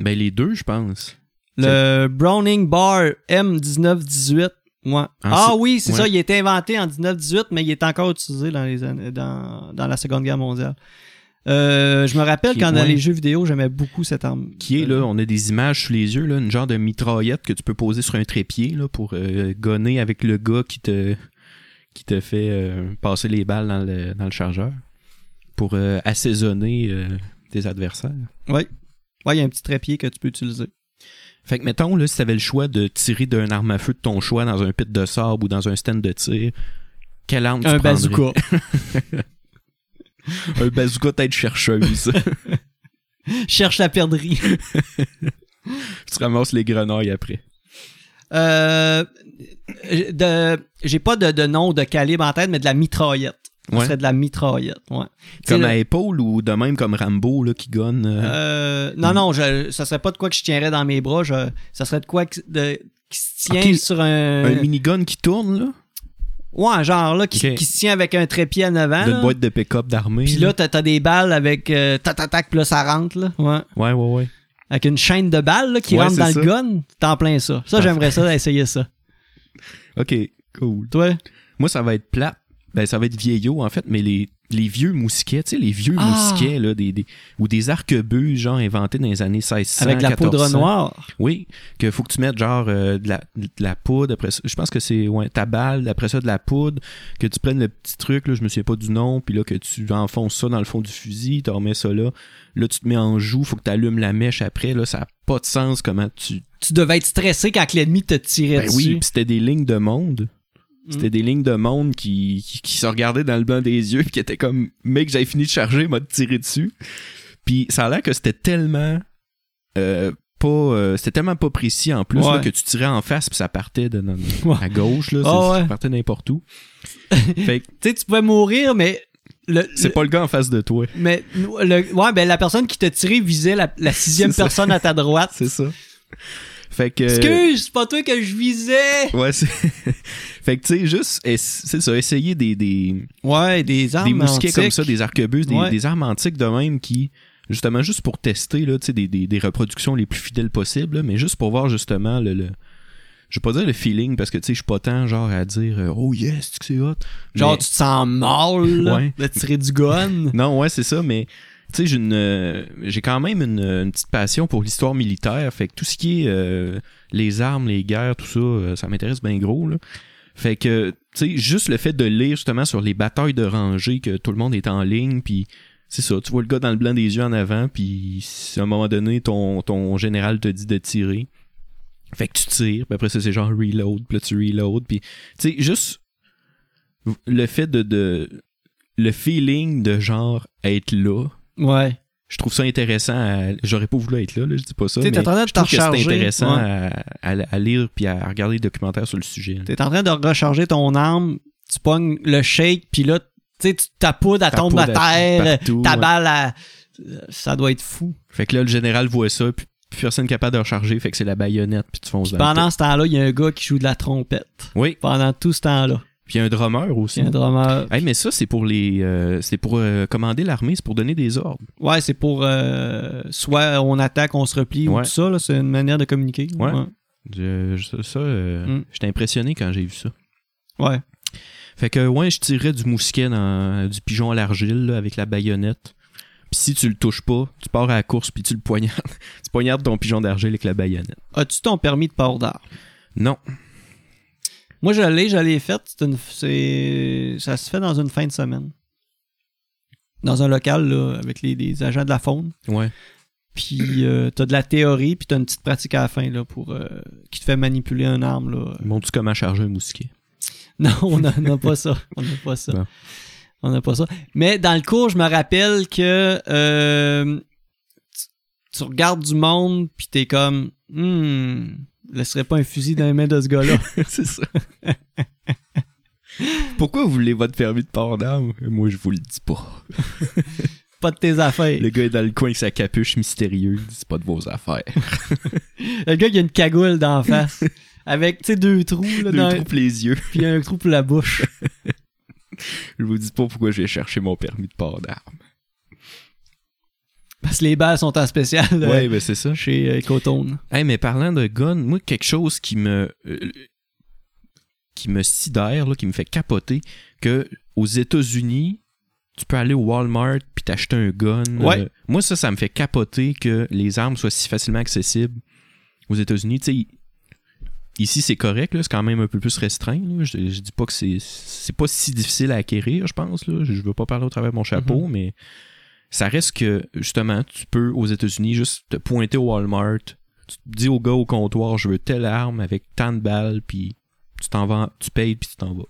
B: Ben les deux, je pense.
A: Le Browning Bar M1918 Ouais. Ah oui, c'est ça. Il a été inventé en 1918, mais il est encore utilisé dans, les années- dans, dans la Seconde Guerre mondiale. Euh, je me rappelle
B: Qui est
A: quand dans
B: moins-
A: les jeux vidéo, j'aimais beaucoup cette arme.
B: Qui est là, on a des images sous les yeux, là, une genre de mitraillette que tu peux poser sur un trépied là, pour euh, gonner avec le gars qui te, qui te fait euh, passer les balles dans le, dans le chargeur pour euh, assaisonner euh, tes adversaires.
A: Ouais, il y a un petit trépied que tu peux utiliser.
B: Fait que mettons, là, si t'avais le choix de tirer d'un arme à feu de ton choix dans un pit de sable ou dans un stand de tir, quelle arme
A: un
B: tu prendrais?
A: bazooka.
B: un bazooka tête chercheuse.
A: Cherche la perdrix.
B: tu ramasses les grenouilles après.
A: Euh, de- J'ai pas de, de nom de calibre en tête, mais de la mitraillette. Ce
B: Ouais.
A: serait de la mitraillette, ouais. Tu sais,
B: Comme
A: le-
B: à épaule ou de même comme Rambo là, qui gonne. euh,
A: Euh, non, non, je, ça serait pas de quoi que je tiendrais dans mes bras. Je, ça serait de quoi que- de- qui se tient
B: Ok.
A: sur un.
B: un minigun qui tourne, là.
A: Ouais, genre là, qui,
B: Ok.
A: qui se tient avec un trépied en avant.
B: d'une
A: là.
B: boîte de pick-up d'armée.
A: Puis là, t'as t'as des balles avec. Euh, tac, tac, tac, puis là, ça rentre, là. Ouais.
B: Ouais, ouais, ouais.
A: Avec une chaîne de balles là, qui
B: Ouais,
A: rentre
B: c'est
A: dans
B: ça.
A: le gun. T'es en plein ça. Ça, j'aimerais ça, essayer ça.
B: Ok, cool.
A: Toi?
B: Moi, ça va être plat. Ben, ça va être vieillot, en fait, mais les, les vieux mousquets, tu sais, les vieux
A: Ah!
B: mousquets, là, des, des- ou des arquebuses, genre, inventés dans les années 1600.
A: Avec de la poudre
B: 1400.
A: noire.
B: Oui, que faut que tu mettes, genre, euh, de, la, de la poudre, après ça. Je pense que c'est, ouais, ta balle, après ça, de la poudre, que tu prennes le petit truc, là, je me souviens pas du nom, puis là, que tu enfonces ça dans le fond du fusil, tu remets ça là. Là, tu te mets en joue, faut que tu allumes la mèche après, là, ça a pas de sens comment tu,
A: Tu devais être stressé quand que l'ennemi te tirait
B: Ben oui,
A: dessus.
B: puis c'était des lignes de monde. C'était
A: Mm.
B: des lignes de monde qui, qui, qui se regardaient dans le blanc des yeux puis qui étaient comme mec j'avais fini de charger, m'a tiré dessus. Puis ça a l'air que c'était tellement euh, pas euh, c'était tellement pas précis en plus
A: Ouais.
B: là, que tu tirais en face puis ça partait de, dans-
A: Ouais.
B: à gauche là,
A: Ah
B: ça-
A: ouais.
B: ça partait n'importe où. fait que
A: Tu sais, tu pouvais mourir, mais. Le,
B: c'est
A: le-
B: pas le gars en face de toi,
A: mais le- ouais, ben, la personne qui t'a tiré visait la, la sixième
B: C'est ça.
A: personne à ta droite.
B: c'est ça. Fait que
A: Excuse, c'est pas toi que je visais.
B: ouais, c'est... fait que tu sais juste ess- c'est ça essayer des- des
A: Ouais, des armes.
B: des mousquets comme
A: antiques.
B: ça, des arquebuses, des,
A: Ouais.
B: des armes antiques de même qui, justement, juste pour tester, là, tu sais, des, des, des reproductions les plus fidèles possibles, là, mais juste pour voir justement le. le- je vais pas dire le feeling parce que tu sais, je suis pas tant genre à dire euh, oh yes, c'est que c'est hot.
A: Genre,
B: Mais-
A: tu te sens mal là,
B: Ouais.
A: de tirer du gun.
B: Non, ouais, c'est ça, mais tu sais, j'ai une, euh, j'ai quand même une, une petite passion pour l'histoire militaire. Fait que tout ce qui est euh, les armes, les guerres, tout ça, euh, ça m'intéresse bien gros. Là. Fait que, tu sais, juste le fait de lire justement sur les batailles de rangée, que tout le monde est en ligne, puis c'est ça, tu vois le gars dans le blanc des yeux en avant, puis si à un moment donné, ton, ton général te dit de tirer. Fait que tu tires, puis après ça, c'est genre reload, puis là, tu reload, puis tu sais, juste le fait de, de, le feeling de genre être là,
A: Ouais.
B: je trouve ça intéressant. à- J'aurais pas voulu être là, là, je dis pas ça.
A: Tu sais, t'es
B: mais
A: en train de
B: je
A: te
B: trouve que
A: recharger.
B: c'est intéressant
A: Ouais.
B: à, à- à lire puis à regarder des documentaires sur le sujet. là.
A: T'es en train de recharger ton arme, tu pognes le shake, puis là, tu sais, tu ta poudre, elle
B: Ta
A: tombe
B: peau
A: à
B: d'affiche
A: terre,
B: partout,
A: ta
B: ouais.
A: balle, elle- ça doit être fou.
B: Fait que là, le général voit ça, puis plus personne capable de recharger, fait que c'est la baïonnette, puis tu fonces dans le
A: Pendant ce temps-là, il y a un gars qui joue de la trompette.
B: tas. Oui,
A: Pendant tout ce temps-là,
B: puis il y a un drummer aussi.
A: il y a un drummer.
B: Hey, mais ça, c'est pour les. euh, c'est pour euh, commander l'armée, c'est pour donner des ordres.
A: Ouais, c'est pour euh, soit on attaque, on se replie ou
B: Ouais.
A: tout ça, là, c'est une manière de communiquer.
B: Ouais.
A: Ouais.
B: Je- je- ça, euh,
A: Mm.
B: j'étais impressionné quand j'ai vu ça.
A: Ouais.
B: Fait que ouais, je tirerais du mousquet dans euh, du pigeon à l'argile là, avec la baïonnette. Puis si tu le touches pas, tu pars à la course puis tu le poignardes. tu poignardes ton pigeon d'argile avec la baïonnette.
A: As-tu ton permis de port d'armes?
B: Non.
A: Moi, je l'ai, je l'ai faite. C'est une- c'est- Ça se fait dans une fin de semaine. Dans un local, là, avec les, les agents de la faune.
B: Ouais.
A: Puis, euh, t'as de la théorie, puis t'as une petite pratique à la fin, là, pour... euh, qui te fait manipuler une arme, là.
B: Montre-tu comment charger un mousquet?
A: Non, on n'a on n'a pas ça. On n'a pas ça.
B: Bon.
A: On n'a pas ça. Mais dans le cours, je me rappelle que euh, tu, tu regardes du monde, puis t'es comme... Hmm, je laisserais pas un fusil dans les mains de ce gars-là.
B: c'est ça. Pourquoi vous voulez votre permis de port d'armes? Moi, je vous le dis pas.
A: pas de tes affaires.
B: Le gars est dans le coin avec sa capuche mystérieuse. C'est pas de vos affaires.
A: Le gars qui a une cagoule d'en face. Avec, tu sais, deux trous, là,
B: Deux
A: dans-
B: trous pour les yeux.
A: puis un trou pour la bouche.
B: Je vous dis pas pourquoi je vais chercher mon permis de port d'armes.
A: Parce que les balles sont en spécial euh,
B: Ouais, ben c'est ça.
A: chez euh, Cotone.
B: Hey, mais parlant de gun, moi, quelque chose qui me. euh, qui me sidère, là, qui me fait capoter, que aux États-Unis, tu peux aller au Walmart puis t'acheter un gun.
A: Ouais.
B: Euh, moi, ça, ça me fait capoter que les armes soient si facilement accessibles aux États-Unis. Tu sais, ici, c'est correct, là, c'est quand même un peu plus restreint. là. Je, je dis pas que c'est, c'est pas si difficile à acquérir, je pense. Là. Je veux pas parler au travers de mon chapeau, mais ça reste que, justement, tu peux aux États-Unis juste te pointer au Walmart, tu te dis au gars au comptoir, je veux telle arme avec tant de balles, puis tu t'en vas, tu payes, puis tu t'en vas.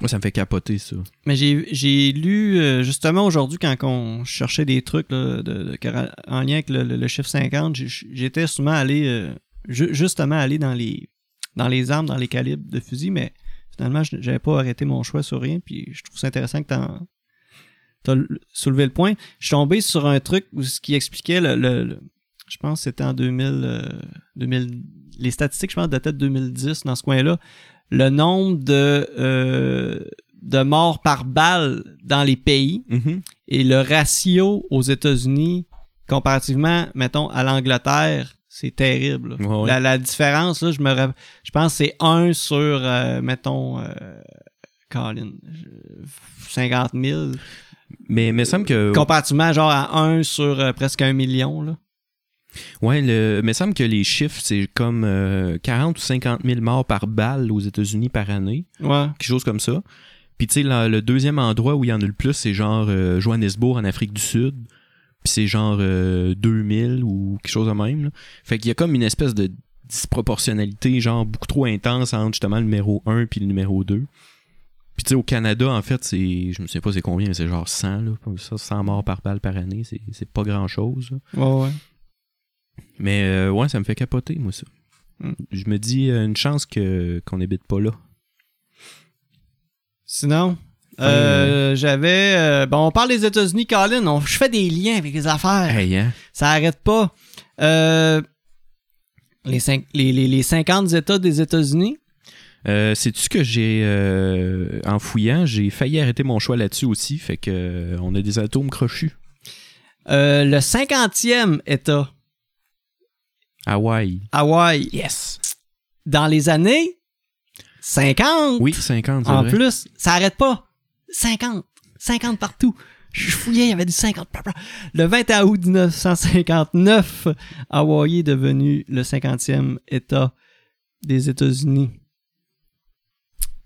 B: Moi, ça me fait capoter, ça.
A: Mais j'ai, j'ai lu euh, justement aujourd'hui quand on cherchait des trucs là, de, de- car- en lien avec le, le- le chiffre 50, j'ai- j'étais souvent allé euh, ju- justement allé dans les dans les armes, dans les calibres de fusil, mais finalement je- j'avais pas arrêté mon choix sur rien. Puis je trouve ça intéressant que t'en t'as l- soulevé le point. Je suis tombé sur un truc où ce qui expliquait le, le- le- je pense que c'était en 2000, euh, 2000 les statistiques je pense dataient de 2010 dans ce coin-là le nombre de euh, de morts par balle dans les pays et le ratio aux États-Unis comparativement, mettons, à l'Angleterre, c'est terrible. là.
B: Ouais, ouais.
A: La, la différence, là, je me rapp- je pense que c'est 1 sur, euh, mettons, euh, Colin, je- 50 000.
B: Mais il me semble que.
A: Comparativement, genre, à 1 sur euh, presque 1 million. Là.
B: Ouais, le, me semble que les chiffres, c'est comme euh, 40 ou 50 000 morts par balle aux États-Unis par année,
A: Ouais.
B: quelque chose comme ça. Puis, tu sais, la- le deuxième endroit où il y en a le plus, c'est genre euh, Johannesburg en Afrique du Sud. Puis c'est genre euh, 2000 ou quelque chose de même. là. Fait qu'il y a comme une espèce de disproportionnalité, genre beaucoup trop intense entre justement le numéro 1 puis le numéro 2. Puis tu sais, au Canada, en fait, c'est. Je me souviens pas c'est combien, mais c'est genre 100, là. Ça, 100 morts par balle par année, c'est c'est pas grand-chose. là.
A: Ouais, ouais.
B: Mais euh, ouais, ça me fait capoter, moi, ça.
A: Mm.
B: Je me dis, euh, une chance que qu'on n'habite pas là.
A: Sinon, euh, j'avais... euh, bon, on parle des États-Unis, Colin. on- je fais des liens avec les affaires.
B: Hey, hein?
A: Ça arrête pas. Euh, les, cinq- les, les, les 50 États des États-Unis.
B: Euh, Sais-tu que j'ai, euh, en fouillant, j'ai failli arrêter mon choix là-dessus aussi, fait que euh, on a des atomes crochus.
A: Euh, le 50e État,
B: Hawaï.
A: Hawaï. Yes. Dans les années 50.
B: Oui, 50, c'est
A: En
B: vrai.
A: plus, ça arrête pas. 50. 50 partout. Je fouillais, il y avait du 50. bla, bla. Le 20 août 1959, Hawaï est devenu le 50e État des États-Unis.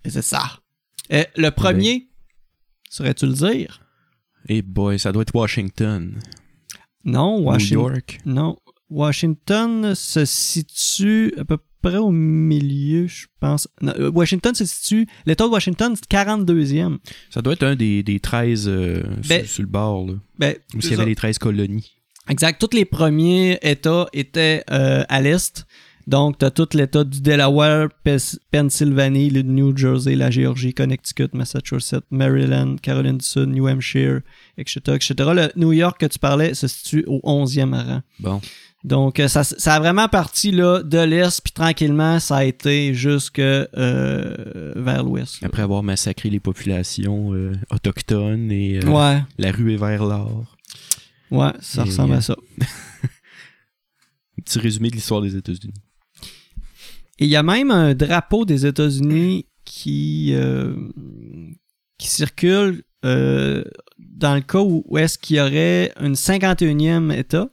A: Et c'est ça. Et le premier, saurais-tu le dire?
B: Eh boy, ça doit être Washington.
A: Non,
B: New
A: Washington.
B: York.
A: Non. Washington se situe à peu près au milieu, je pense. Non, euh, Washington se situe, l'État de Washington, c'est 42e.
B: Ça doit être un des, des 13 euh,
A: Ben,
B: sur, sur le bord, là.
A: Ben,
B: Où
A: c'est
B: il y
A: ça.
B: avait les 13 colonies.
A: Exact. Tous les premiers États étaient euh, à l'Est. Donc, tu as tout l'État du Delaware, Pes- Pennsylvanie, le New Jersey, la Géorgie, Connecticut, Massachusetts, Maryland, Caroline du Sud, New Hampshire, etc. etc. Le New York que tu parlais se situe au 11e rang.
B: Bon.
A: Donc, euh, ça, ça a vraiment parti là, de l'Est, puis tranquillement, ça a été jusque euh, vers l'Ouest. là.
B: Après avoir massacré les populations euh, autochtones et euh,
A: Ouais,
B: la ruée vers l'or.
A: ouais, ça
B: Et-
A: ressemble à ça.
B: Un petit résumé de l'histoire des États-Unis.
A: Et il y a même un drapeau des États-Unis qui, euh, qui circule euh, dans le cas où, où est-ce qu'il y aurait une 51e État.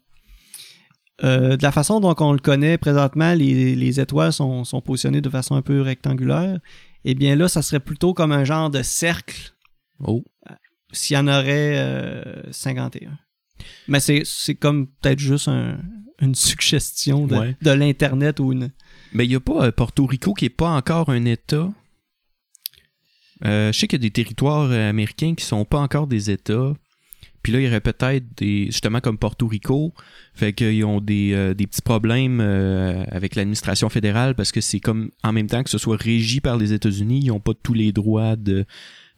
A: Euh, de la façon dont on le connaît présentement, les, les étoiles sont, sont positionnées de façon un peu rectangulaire. Eh bien là, ça serait plutôt comme un genre de cercle
B: Oh.
A: s'il y en aurait euh, 51. Mais c'est- c'est comme peut-être juste un- une suggestion de,
B: Ouais.
A: de l'Internet ou une...
B: Mais il n'y a pas euh, Porto Rico qui n'est pas encore un État. Euh, je sais qu'il y a des territoires euh, américains qui sont pas encore des États. Puis là, il y aurait peut-être des. Justement, comme Porto Rico. Fait qu'ils ont des, euh, des petits problèmes euh, avec l'administration fédérale parce que c'est comme en même temps que ce soit régi par les États-Unis, ils n'ont pas tous les droits de,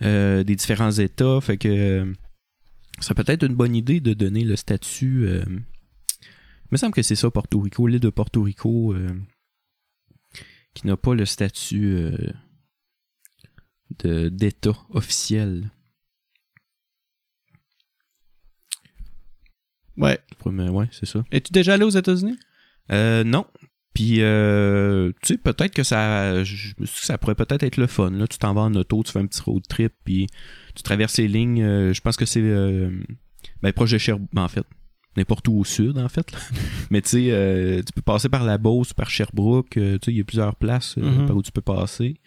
B: euh, des différents États. Fait que euh, ça serait peut-être une bonne idée de donner le statut. euh, il me semble que c'est ça, Porto Rico, l'île de Porto Rico. euh, qui n'a pas le statut euh, de- d'État officiel.
A: Ouais.
B: Je pourrais me- Ouais, c'est ça.
A: Es-tu déjà allé aux États-Unis?
B: Euh, non, Puis, euh, tu sais, peut-être que ça, je me suis dit que ça pourrait peut-être être le fun. Là, tu t'en vas en auto, tu fais un petit road trip, puis tu traverses les lignes. euh, je pense que c'est euh, ben, proche de Sherbrooke, en fait. N'importe où au sud, en fait. là. Mais tu sais, euh, tu peux passer par la Beauce, par Sherbrooke. euh, tu sais, il y a plusieurs places euh,
A: Mhm.
B: par où tu peux passer.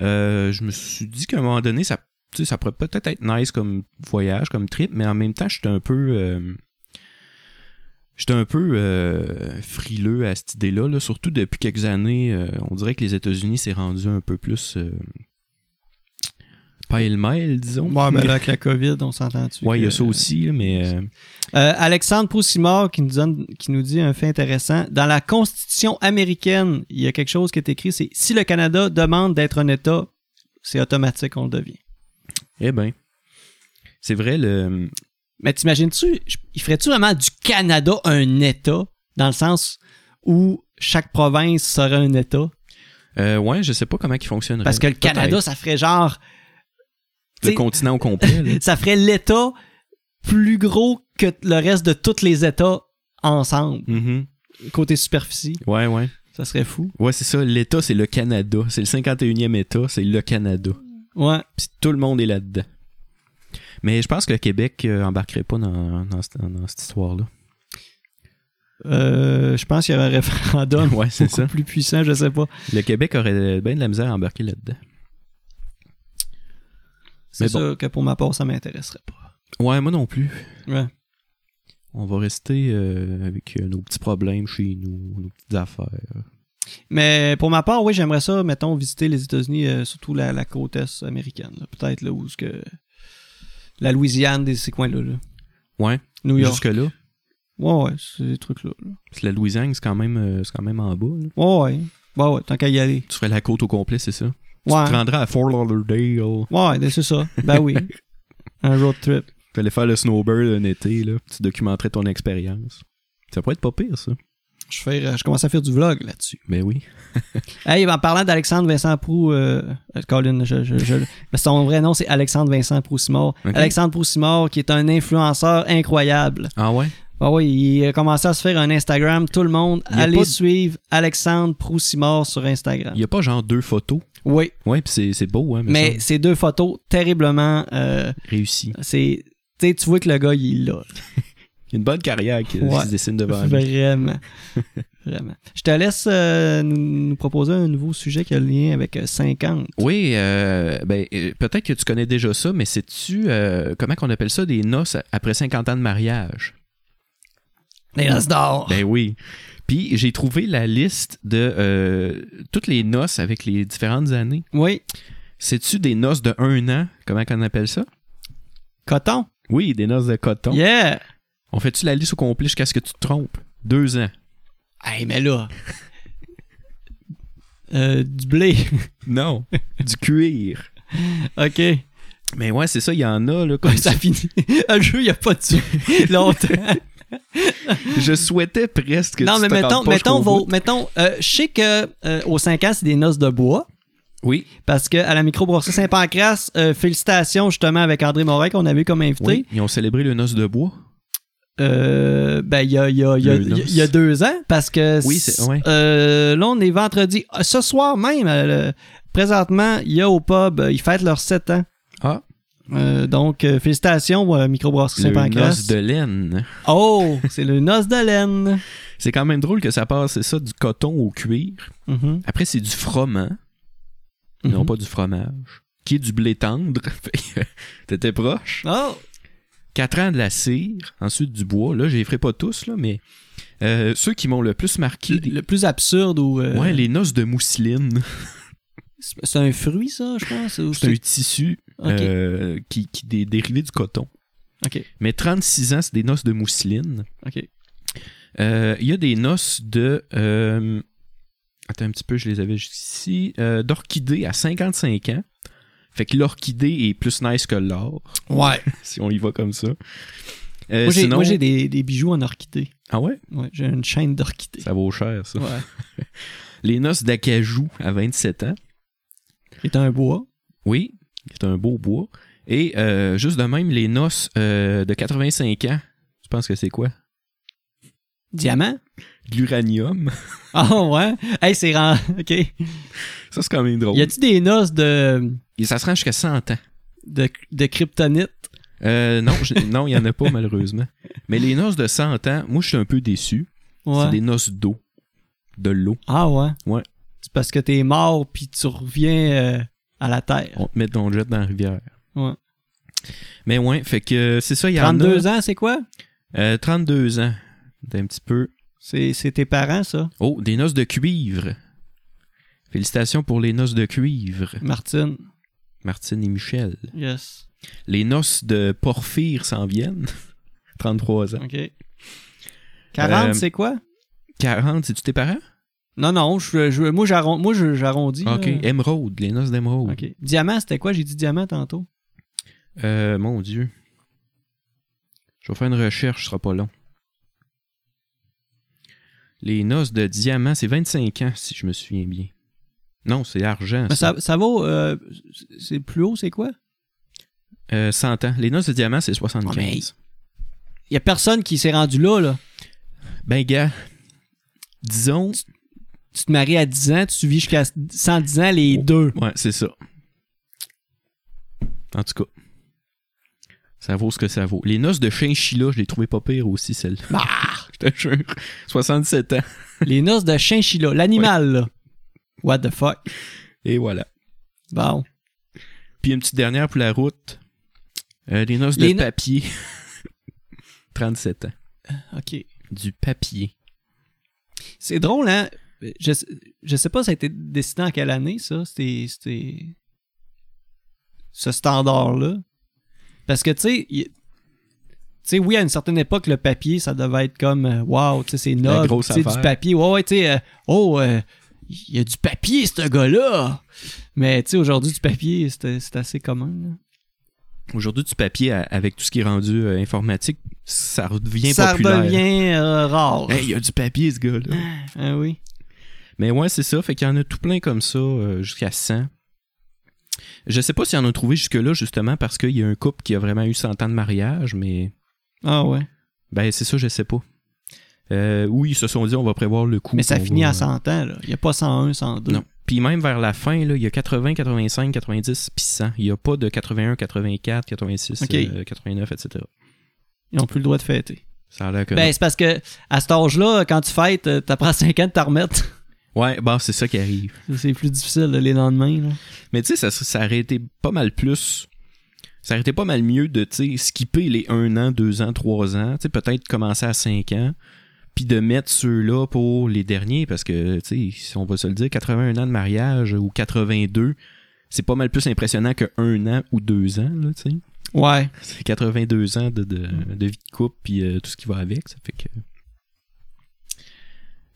B: Euh, je me suis dit qu'à un moment donné, ça, tu sais, ça pourrait peut-être être nice comme voyage, comme trip, mais en même temps, j'étais un peu... euh, J'étais un peu euh, frileux à cette idée-là, là. surtout depuis quelques années. euh, on dirait que les États-Unis s'est rendu un peu plus euh, pêle-mêle, disons.
A: Ouais, mais là, avec la COVID, on s'entend-tu?
B: Ouais, il y a
A: que-
B: ça aussi, là, mais euh,
A: Euh, Alexandre Poussimard qui nous, donne, qui nous dit un fait intéressant. Dans la Constitution américaine, il y a quelque chose qui est écrit, c'est si le Canada demande d'être un État, c'est automatique, on le devient.
B: eh ben, c'est vrai le.
A: Mais t'imagines-tu, je- il ferait-tu vraiment du Canada un État, dans le sens où chaque province serait un État?
B: euh, ouais, je sais pas comment il fonctionnerait.
A: Parce que le
B: Peut-être.
A: Canada, ça ferait genre,
B: le
A: t'sais-
B: continent au complet. là.
A: ça ferait l'État plus gros que le reste de tous les États ensemble,
B: Mhm.
A: côté superficie.
B: Ouais, ouais.
A: Ça serait fou.
B: Ouais, c'est ça. L'État, c'est le Canada. C'est le 51e État, c'est le Canada.
A: Ouais.
B: Puis tout le monde est là-dedans. Mais je pense que le Québec euh, embarquerait pas dans, dans ce- dans cette histoire-là.
A: Euh, je pense qu'il y aurait un référendum
B: ouais, c'est
A: beaucoup
B: ça.
A: plus puissant, je sais pas.
B: Le Québec aurait bien de la misère à embarquer là-dedans.
A: C'est
B: Mais
A: sûr que pour ma part, ça m'intéresserait pas.
B: Ouais, moi non plus.
A: Ouais.
B: On va rester euh, avec euh, nos petits problèmes chez nous, nos petites affaires.
A: Mais pour ma part, oui, j'aimerais ça, mettons, visiter les États-Unis, euh, surtout la, la côte est américaine. là. Peut-être là où ce que. La Louisiane, des, ces coins-là. là.
B: Ouais,
A: New York.
B: jusque-là.
A: Ouais, ouais, ces trucs-là. là.
B: Parce que la Louisiane, c'est quand, même, euh, c'est quand même en bas. là.
A: Ouais, ouais. Bah Ouais, ouais, tant qu'à y aller.
B: Tu ferais la côte au complet, c'est ça?
A: Ouais.
B: Tu te rendrais à Fort Lauderdale.
A: Ouais, ben, c'est ça. Ben oui. Un road trip.
B: Tu allais faire le snowbird un été, là. Tu documenterais ton expérience. Ça pourrait être pas pire, ça.
A: Je, fais, euh, je commence à faire du vlog là-dessus.
B: Ben oui.
A: Hey, en parlant d'Alexandre Vincent Prou, euh, euh, Colin, je, je- je- mais son vrai nom c'est Alexandre Vincent Prousimard.
B: Ok.
A: Alexandre Prousimard, qui est un influenceur incroyable.
B: Ah ouais?
A: Ah oui, il a commencé à se faire un Instagram. Tout le monde,
B: Il y a
A: allez
B: pas de-
A: suivre Alexandre Prousimard sur Instagram.
B: Il y a pas genre deux photos.
A: Oui,
B: Ouais, puis c'est- c'est beau, hein.
A: mais
B: ça,
A: ces deux photos, terriblement, euh,
B: réussi.
A: c'est, tu sais, tu vois que le gars il est là.
B: Il y a une bonne carrière qui
A: Ouais. Ben,
B: qui se dessine devant lui.
A: Vraiment. Vraiment. Je te laisse euh, nous, nous proposer un nouveau sujet qui a le lien avec euh, 50.
B: Oui, euh, ben, euh, peut-être que tu connais déjà ça, mais sais-tu euh, comment qu'on appelle ça des noces après 50 ans de mariage?
A: Les As d'or.
B: Ben oui. Puis j'ai trouvé la liste de euh, toutes les noces avec les différentes années.
A: Oui.
B: Sais-tu des noces de un an? Comment qu'on appelle ça?
A: Coton.
B: Oui, des noces de coton.
A: Yeah.
B: On fait-tu la liste au complet jusqu'à ce que tu te trompes? Deux ans.
A: Hey, mais là. Euh, du blé.
B: Non. du cuir.
A: OK.
B: Mais ouais, c'est ça, il y en a, là, comme
A: Ça finit. Le jeu, il a pas de longtemps.
B: Je souhaitais presque
A: non,
B: tu
A: mais mettons,
B: t'attardes pas
A: mettons,
B: jusqu'au
A: vos-
B: bout.
A: mettons euh, je sais que euh, aux 5 ans, c'est des noces de bois.
B: Oui,
A: Parce que à la microbrasserie Saint-Pancras, euh, félicitations justement avec André Morin qu'on avait eu comme invité.
B: oui. Ils ont célébré le noce de bois.
A: Euh, ben, il y a, il y a- il y a-
B: Le noce.
A: il y a deux ans, parce que
B: Oui, c'est- ouais.
A: euh, là, on est vendredi. Ah, Ce soir même, euh, le- présentement, il y a au pub, euh, ils fêtent leurs 7 ans.
B: Ah.
A: Euh, donc, euh, félicitations, euh, Microbrasserie
B: Le
A: Saint-Pancras.
B: noce de laine.
A: Oh, c'est le noce de laine.
B: C'est quand même drôle que ça passe, c'est ça, du coton au cuir.
A: Mhm,
B: Après, c'est du froment,
A: mhm.
B: non pas du fromage, qui est du blé tendre. Fait que, T'étais proche.
A: Oh,
B: Quatre ans de la cire, ensuite du bois. Là, je les ferai pas tous, là, mais euh, ceux qui m'ont le plus marqué.
A: le, le plus absurde ou. euh,
B: Ouais, les noces de mousseline.
A: c'est- C'est un fruit, ça, je pense. ou
B: C'est un tissu
A: Ok.
B: euh, qui, qui est dérivé du coton.
A: Ok,
B: Mais 36 ans, c'est des noces de mousseline.
A: ok.
B: Euh, Il y a des noces de. euh, Attends un petit peu, je les avais juste ici. Euh, D'orchidée à 55 ans. Fait que l'orchidée est plus nice que l'or,
A: Ouais.
B: si on y va comme ça. Euh,
A: moi, j'ai
B: sinon-
A: moi, j'ai des, des bijoux en orchidée.
B: Ah ouais?
A: Ouais, j'ai une chaîne d'orchidée.
B: Ça vaut cher, ça.
A: Ouais.
B: Les noces d'acajou à 27 ans.
A: Qui est un bois.
B: Oui, c'est un beau bois. Et euh, juste de même, les noces euh, de 85 ans. Tu penses que c'est quoi?
A: Diamant.
B: de l'uranium.
A: Ah ouais? Hey, c'est rend... OK.
B: Ça, c'est quand même drôle.
A: Y a-tu des noces de,
B: Et Ça se rend jusqu'à 100 ans.
A: de, de kryptonite?
B: Euh, non, je- non, il n'y en a pas, malheureusement. Mais les noces de 100 ans, moi, je suis un peu déçu.
A: Ouais.
B: C'est des noces d'eau. De l'eau.
A: Ah ouais?
B: Ouais.
A: C'est parce que t'es mort puis tu reviens euh, à la Terre.
B: On te met ton jet dans la rivière.
A: Ouais.
B: Mais ouais, fait que euh, c'est ça, il y en a.
A: 32 ans, c'est quoi?
B: Euh, 32 ans. Un petit peu.
A: C'est c'est tes parents, ça,
B: Oh, des noces de cuivre. Félicitations pour les noces de cuivre,
A: Martine.
B: Martine et Michel.
A: Yes.
B: Les noces de Porphyre s'en viennent. 33 ans.
A: OK. 40,
B: Euh,
A: c'est quoi?
B: 40, c'est-tu tes parents?
A: Non, non, je, je- moi, j'arrond- moi, je- j'arrondis. là.
B: Ok. Émeraude, les noces d'émeraude.
A: OK. Diamant, c'était quoi? J'ai dit diamant tantôt.
B: Euh, mon Dieu. Je vais faire une recherche, ce sera pas long. Les noces de diamant, c'est 25 ans, si je me souviens bien. Non, Ah, c'est argent.
A: Mais
B: ça.
A: Ben, ça, ça vaut... euh, c'est plus haut, c'est quoi?
B: Euh, 100 ans. Les noces de diamant, c'est 75.
A: Ah, mais- Il a personne qui s'est rendu là, là.
B: Ben, gars, disons.
A: Tu te maries à 10 ans, tu vis jusqu'à 110 ans les
B: Oh.
A: deux.
B: Ouais, c'est ça. En tout cas, ça vaut ce que ça vaut. Les noces de chinchilla, je l'ai trouvé pas pire aussi, celle-là. je te jure. 67 ans.
A: les noces de chinchilla, l'animal, là. What the fuck?
B: Et voilà.
A: Bon.
B: Puis une petite dernière pour la route. Euh, les noces
A: Les
B: de
A: no-
B: papier. 37 ans.
A: OK.
B: Du papier.
A: C'est drôle, hein? Je, je sais pas, ça a été décidé en quelle année, ça, c'était. c'était- ce standard-là. Parce que, tu sais, il- tu sais, oui, à une certaine époque, le papier, ça devait être comme, euh, wow, tu sais, c'est
B: La
A: noble,
B: grosse
A: tu sais, du
B: affaire.
A: papier. Ouais, ouais, tu sais, euh, oh, euh, il y a du papier, ce gars-là! Mais, tu sais, aujourd'hui, du papier, c'est c'est assez commun, là.
B: Aujourd'hui, du papier à- avec tout ce qui est rendu euh, informatique, ça redevient
A: ça
B: populaire.
A: devient euh, rare.
B: Hey, il y a du papier, ce gars-là.
A: Ah oui.
B: Mais ouais, c'est ça. Fait qu'il y en a tout plein comme ça, euh, jusqu'à 100. Je sais pas s'il y en a trouvé jusque-là, justement, parce qu'il y a un couple qui a vraiment eu 100 ans de mariage, mais
A: Ah ouais.
B: ben c'est ça, je sais pas. Euh, oui, ils se sont dit, on va prévoir le coup.
A: Mais ça
B: qu'on
A: finit
B: va-
A: à 100 ans, là. Il n'y a pas 101, 102.
B: Non. Puis même vers la fin, là, il y a 80, 85, 90, puis 100. Il n'y a pas de 81, 84, 86,
A: Ok.
B: euh, 89, etc.
A: Ils n'ont plus le droit de fêter.
B: Ça a l'air que
A: Ben, c'est parce que à cet âge-là, quand tu fêtes, euh, t'apprends 5 ans de t'en remettre.
B: non. Ouais, bah c'est ça qui arrive.
A: C'est plus difficile là, les lendemains. Là.
B: Mais tu sais, ça, ça aurait été pas mal plus... Ça aurait été pas mal mieux de, tu sais, skipper les 1 an, 2 ans, 3 ans. Tu sais, peut-être commencer à 5 ans, puis de mettre ceux-là pour les derniers, parce que, tu sais, si on va se le dire, 81 ans de mariage ou 82... C'est pas mal plus impressionnant que un an ou deux ans, là, tu sais.
A: Ouais.
B: C'est 82 ans de, de, de vie de couple puis euh, tout ce qui va avec, ça fait que...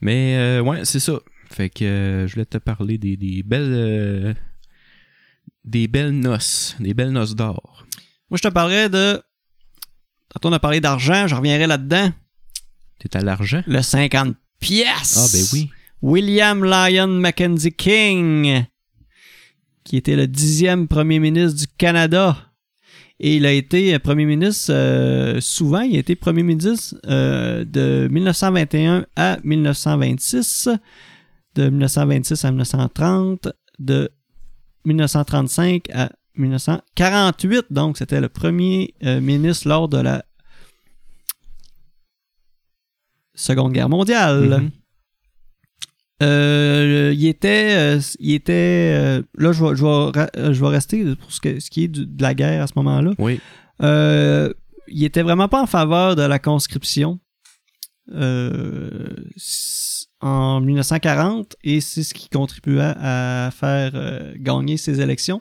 B: Mais euh, ouais, c'est ça. Fait que euh, je voulais te parler des, des belles... euh, des belles noces, des belles noces d'or.
A: Moi, je te parlerais de. Quand on a parlé d'argent, je reviendrai là-dedans.
B: T'es à l'argent?
A: Le 50 pièces.
B: Ah ben oui.
A: William Lyon Mackenzie King, qui était le dixième premier ministre du Canada. Et il a été euh, premier ministre, euh, souvent, il a été premier ministre euh, de 1921 à 1926, de 1926 à 1930, de 1935 à 1948. Donc, c'était le premier euh, ministre lors de la Seconde Guerre mondiale.
B: Mhm.
A: Euh, il était, euh, il était. euh, là, je vais, je vais ra- euh, je vais rester pour ce, que- ce qui est du- de la guerre à ce moment-là.
B: Oui.
A: Euh, il était vraiment pas en faveur de la conscription euh, s- en 1940 et c'est ce qui contribua à faire euh, gagner ces élections.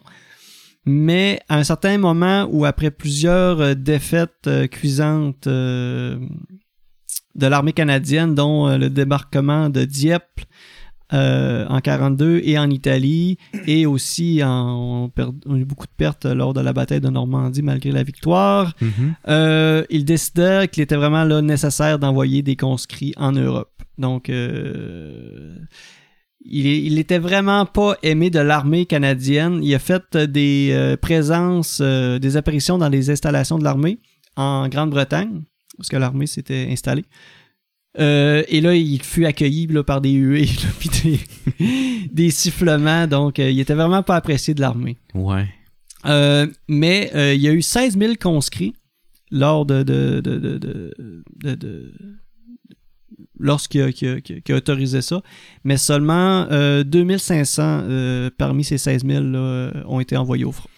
A: Mais à un certain moment où après plusieurs euh, défaites euh, cuisantes euh, de l'armée canadienne, dont euh, le débarquement de Dieppe euh, en 42 et en Italie, et aussi en- on, perd- on a eu beaucoup de pertes lors de la bataille de Normandie malgré la victoire.
B: Mm-hmm.
A: Euh, il décidait qu'il était vraiment là, nécessaire d'envoyer des conscrits en Europe. Donc, euh, il, est- il était vraiment pas aimé de l'armée canadienne. Il a fait euh, des euh, présences, euh, des apparitions dans les installations de l'armée en Grande-Bretagne, parce que l'armée s'était installée. Euh, et là, il fut accueilli là, par des huées, là, puis des, des sifflements. Donc, euh, il était vraiment pas apprécié de l'armée.
B: Ouais.
A: Euh, mais euh, il y a eu 16 000 conscrits lors de. de, de, de, de- de- de- lorsqu'il a, qu'il a- qu'il a- qu'il a autorisé ça. Mais seulement euh, 2500 euh, parmi ces 16 000 là, euh, ont été envoyés au front.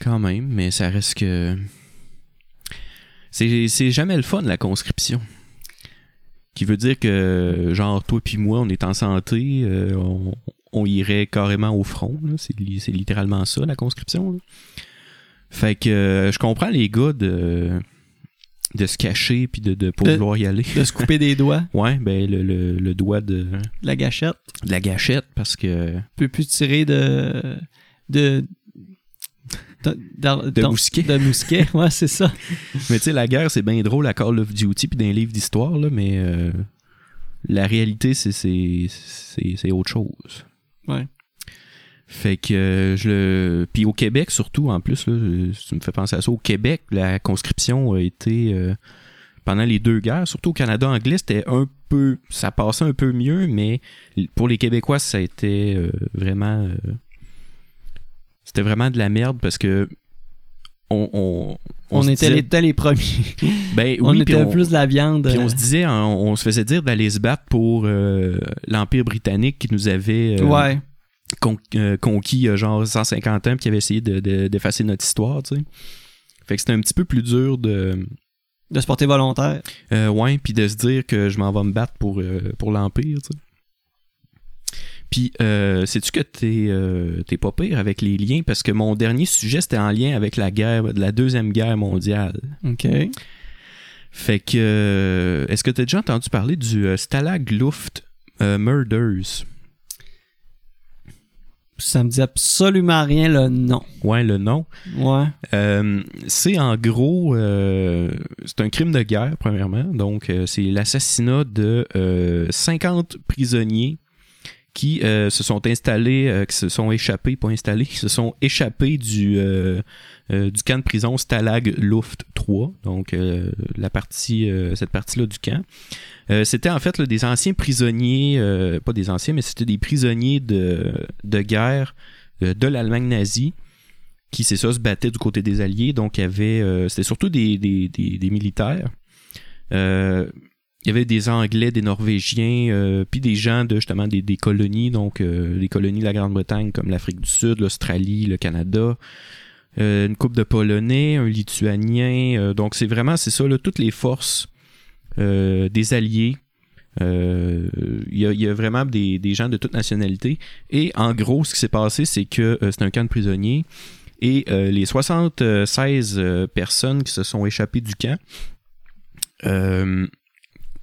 B: Quand même, mais ça reste que. C'est c'est jamais le fun, la conscription. Qui veut dire que, genre, toi puis moi, on est en santé, euh, on, on irait carrément au front. là. C'est li- c'est littéralement ça, la conscription. là. Fait que euh, je comprends les gars de, de se cacher puis de ne pas
A: De-
B: vouloir y aller.
A: De se couper des doigts,
B: Ouais, ben, le, le- le doigt de,
A: de la gâchette.
B: de la gâchette parce que.
A: On peut plus tirer de. de. de, d'ar-
B: De
A: donc,
B: mousquet.
A: De mousquet, ouais, c'est ça.
B: Mais tu sais, la guerre, c'est bien drôle à Call of Duty puis d'un livre d'histoire, là, mais euh, la réalité, c'est, c'est, c'est, c'est autre chose.
A: Ouais.
B: Fait que euh, je le. Puis au Québec, surtout, en plus, là, euh, tu me fais penser à ça. Au Québec, la conscription a été. euh, pendant les deux guerres, surtout au Canada anglais, c'était un peu. Ça passait un peu mieux, mais pour les Québécois, ça a été euh, vraiment. euh, c'était vraiment de la merde parce que. On, on, on
A: On,
B: se
A: était,
B: disait-
A: les, était les premiers.
B: ben,
A: on
B: oui, puis
A: était
B: on-
A: plus de la viande.
B: puis on se disait, hein, on, on se faisait dire d'aller se battre pour euh, l'Empire britannique qui nous avait euh,
A: ouais.
B: con- euh, conquis il y a genre 150 ans, puis qui avait essayé de- de- d'effacer notre histoire, tu sais. Fait que c'était un petit peu plus dur de.
A: De se porter volontaire.
B: euh, ouais, puis de se dire que je m'en vais me battre pour, euh, pour l'Empire, tu sais. Puis, euh, sais-tu que t'es euh, t'es pas pire avec les liens? Parce que mon dernier sujet, c'était en lien avec la guerre, la Deuxième Guerre mondiale.
A: OK.
B: Fait que. euh, Est-ce que t'as déjà entendu parler du euh, Stalag Luft euh, Murders
A: Ça me dit absolument rien le nom.
B: Ouais, le nom.
A: Ouais.
B: Euh, c'est en gros. euh, c'est un crime de guerre, premièrement. Donc, euh, c'est l'assassinat de euh, 50 prisonniers qui euh, se sont installés, euh, qui se sont échappés, pas installés, qui se sont échappés du, euh, euh, du camp de prison Stalag Luft 3, donc euh, la partie, euh, cette partie-là du camp. Euh, c'était en fait là, des anciens prisonniers, euh, pas des anciens, mais c'était des prisonniers de, de guerre euh, de l'Allemagne nazie qui, c'est ça, se battaient du côté des Alliés. Donc, il y avait, euh, c'était surtout des, des- des- des militaires. Euh, il y avait des Anglais, des Norvégiens, euh, puis des gens de justement des, des colonies, donc euh, des colonies de la Grande-Bretagne comme l'Afrique du Sud, l'Australie, le Canada, euh, une coupe de Polonais, un Lituanien. euh, donc c'est vraiment, c'est ça, là, toutes les forces euh, des alliés. Euh, Il y, a- il y a vraiment des, des gens de toute nationalité. Et en gros, ce qui s'est passé, c'est que euh, c'est un camp de prisonniers. Et euh, les 76 euh, personnes qui se sont échappées du camp, euh,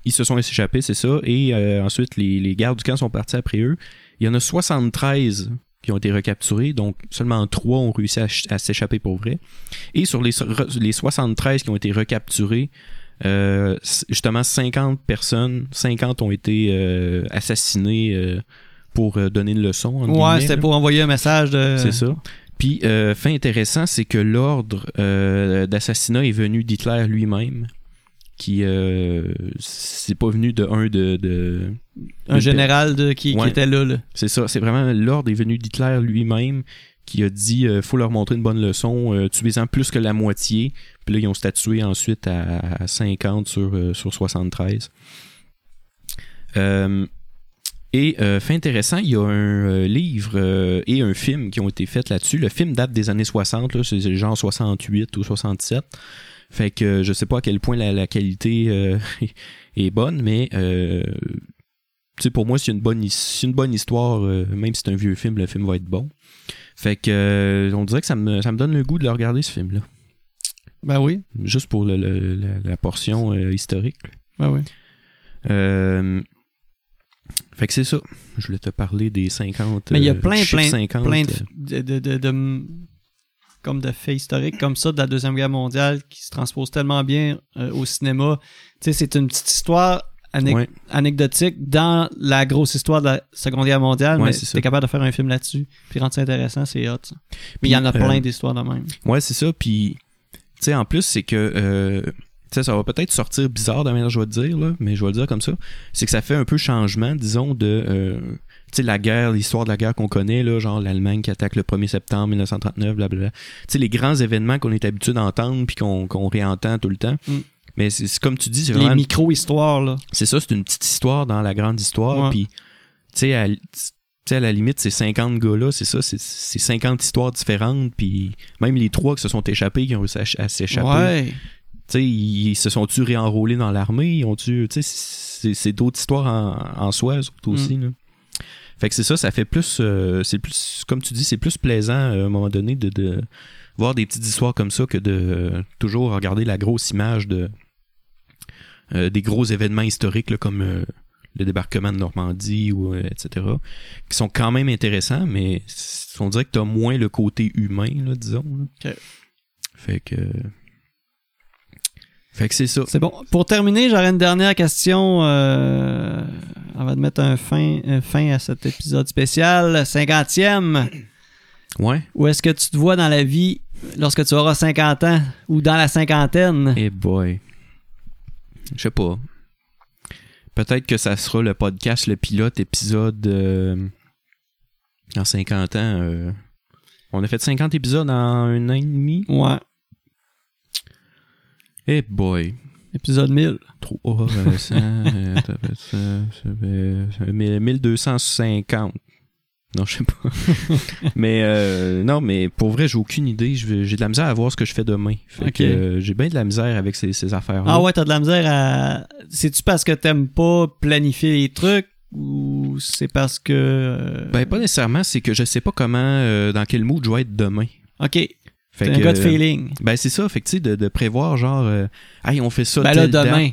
B: ils se sont échappés, c'est ça. Et euh, ensuite, les, les gardes du camp sont partis après eux. Il y en a 73 qui ont été recapturés, donc seulement 3 ont réussi à, ch- à s'échapper pour vrai. Et sur les, so- re- les 73 qui ont été recapturés, euh, s- justement 50 personnes, 50 ont été euh, assassinées euh, pour euh, donner une leçon. entre
A: ouais,
B: guillemets,
A: c'était
B: là.
A: pour envoyer un message de.
B: C'est ça. Euh, Puis, euh, fait intéressant, c'est que l'ordre euh, d'assassinat est venu d'Hitler lui-même, qui euh, c'est pas venu de un de, de-
A: Un général de, qui, qui
B: Ouais.
A: était là, là.
B: c'est ça, c'est vraiment l'ordre est venu d'Hitler lui-même qui a dit euh, faut leur montrer une bonne leçon, euh, tuez-en plus que la moitié. Puis là, ils ont statué ensuite à, à 50 sur, euh, sur 73. Euh, et euh, fait intéressant, il y a un euh, livre euh, et un film qui ont été faits là-dessus. Le film date des années 60, là, c'est genre 68 ou 67. Fait que euh, je sais pas à quel point la, la qualité euh, est bonne, mais euh, tu sais, pour moi, c'est une bonne, his- c'est une bonne histoire, euh, même si c'est un vieux film, le film va être bon. Fait que, euh, on dirait que ça me, ça me donne le goût de le regarder, ce film-là.
A: Ben oui.
B: Juste pour le- le- la, la portion euh, historique.
A: Ben oui.
B: Euh, fait que c'est ça. Je voulais te parler des 50.
A: Mais il y a
B: euh,
A: plein,
B: chiffres
A: plein,
B: 50,
A: Plein
B: euh,
A: de, de, de- de- comme de faits historiques comme ça de la Deuxième Guerre mondiale qui se transpose tellement bien euh, au cinéma. Tu sais, c'est une petite histoire anec-
B: Ouais.
A: anecdotique dans la grosse histoire de la Seconde Guerre mondiale,
B: Ouais,
A: mais
B: c'est
A: si
B: ça.
A: t'es capable de faire un film là-dessus, puis rendre ça intéressant, c'est hot. ça. Mais il y en a
B: Puis,
A: plein
B: euh,
A: d'histoires de même.
B: Ouais, c'est ça. Puis, tu sais, en plus, c'est que euh, sais, ça va peut-être sortir bizarre de la manière que je vais te dire, là, mais je vais le dire comme ça. C'est que ça fait un peu changement, disons, de euh, tu sais, la guerre, l'histoire de la guerre qu'on connaît, là, genre l'Allemagne qui attaque le 1er septembre 1939, blablabla. Tu sais, les grands événements qu'on est habitué d'entendre puis qu'on qu'on réentend tout le temps.
A: Mm.
B: Mais c'est c'est comme tu dis, c'est
A: Les
B: vraiment.
A: micro-histoires, là.
B: C'est ça, c'est une petite histoire dans la grande
A: Ouais.
B: histoire. Puis, tu sais, à, tu sais, à la limite, ces 50 gars-là, c'est ça, c'est- c'est 50 histoires différentes. Puis, même les trois qui se sont échappés, qui ont réussi à ch- à s'échapper.
A: Ouais.
B: Tu sais, ils se sont-tu réenrôlés dans l'armée? Ils ont-tu. Tu sais, c'est c'est d'autres histoires en, en soi, surtout
A: Mm.
B: aussi. là. Fait que c'est ça, ça fait plus. euh, c'est plus. Comme tu dis, c'est plus plaisant euh, à un moment donné de, de voir des petites histoires comme ça que de euh, toujours regarder la grosse image de. euh, des gros événements historiques là, comme euh, le débarquement de Normandie ou euh, etc qui sont quand même intéressants mais c- on dirait que t'as moins le côté humain là, disons là.
A: Ok.
B: fait que fait que c'est ça
A: C'est bon. Pour terminer, j'aurais une dernière question euh, avant de mettre un fin, un fin à cet épisode spécial. 50e.
B: ouais
A: Où est-ce que tu te vois dans la vie lorsque tu auras 50 ans ou dans la cinquantaine?
B: et Eh boy je sais pas peut-être que ça sera le podcast le pilote épisode euh, dans 50 ans euh, on a fait 50 épisodes en un an et demi
A: Ouais.
B: et boy
A: Épisode 1000.
B: 300, euh, t'as fait ça, ça fait, euh, 1250. Non, je sais pas. mais euh, non, mais pour vrai, j'ai aucune idée. Je vais- J'ai de la misère à voir ce que je fais demain. Fait
A: Ok.
B: que euh, j'ai bien de la misère avec ces, ces affaires-là.
A: Ah ouais, t'as de la misère à. C'est-tu parce que t'aimes pas planifier les trucs ou c'est parce que. euh,
B: Ben, pas nécessairement, c'est que je sais pas comment, euh, dans quel mood je vais être demain.
A: ok, t'es
B: Fait
A: un
B: que,
A: gars de
B: euh,
A: feeling.
B: Ben, c'est ça, fait que tu sais, de, de prévoir genre, euh, hey, on fait ça
A: Ben là,
B: telle date.
A: demain.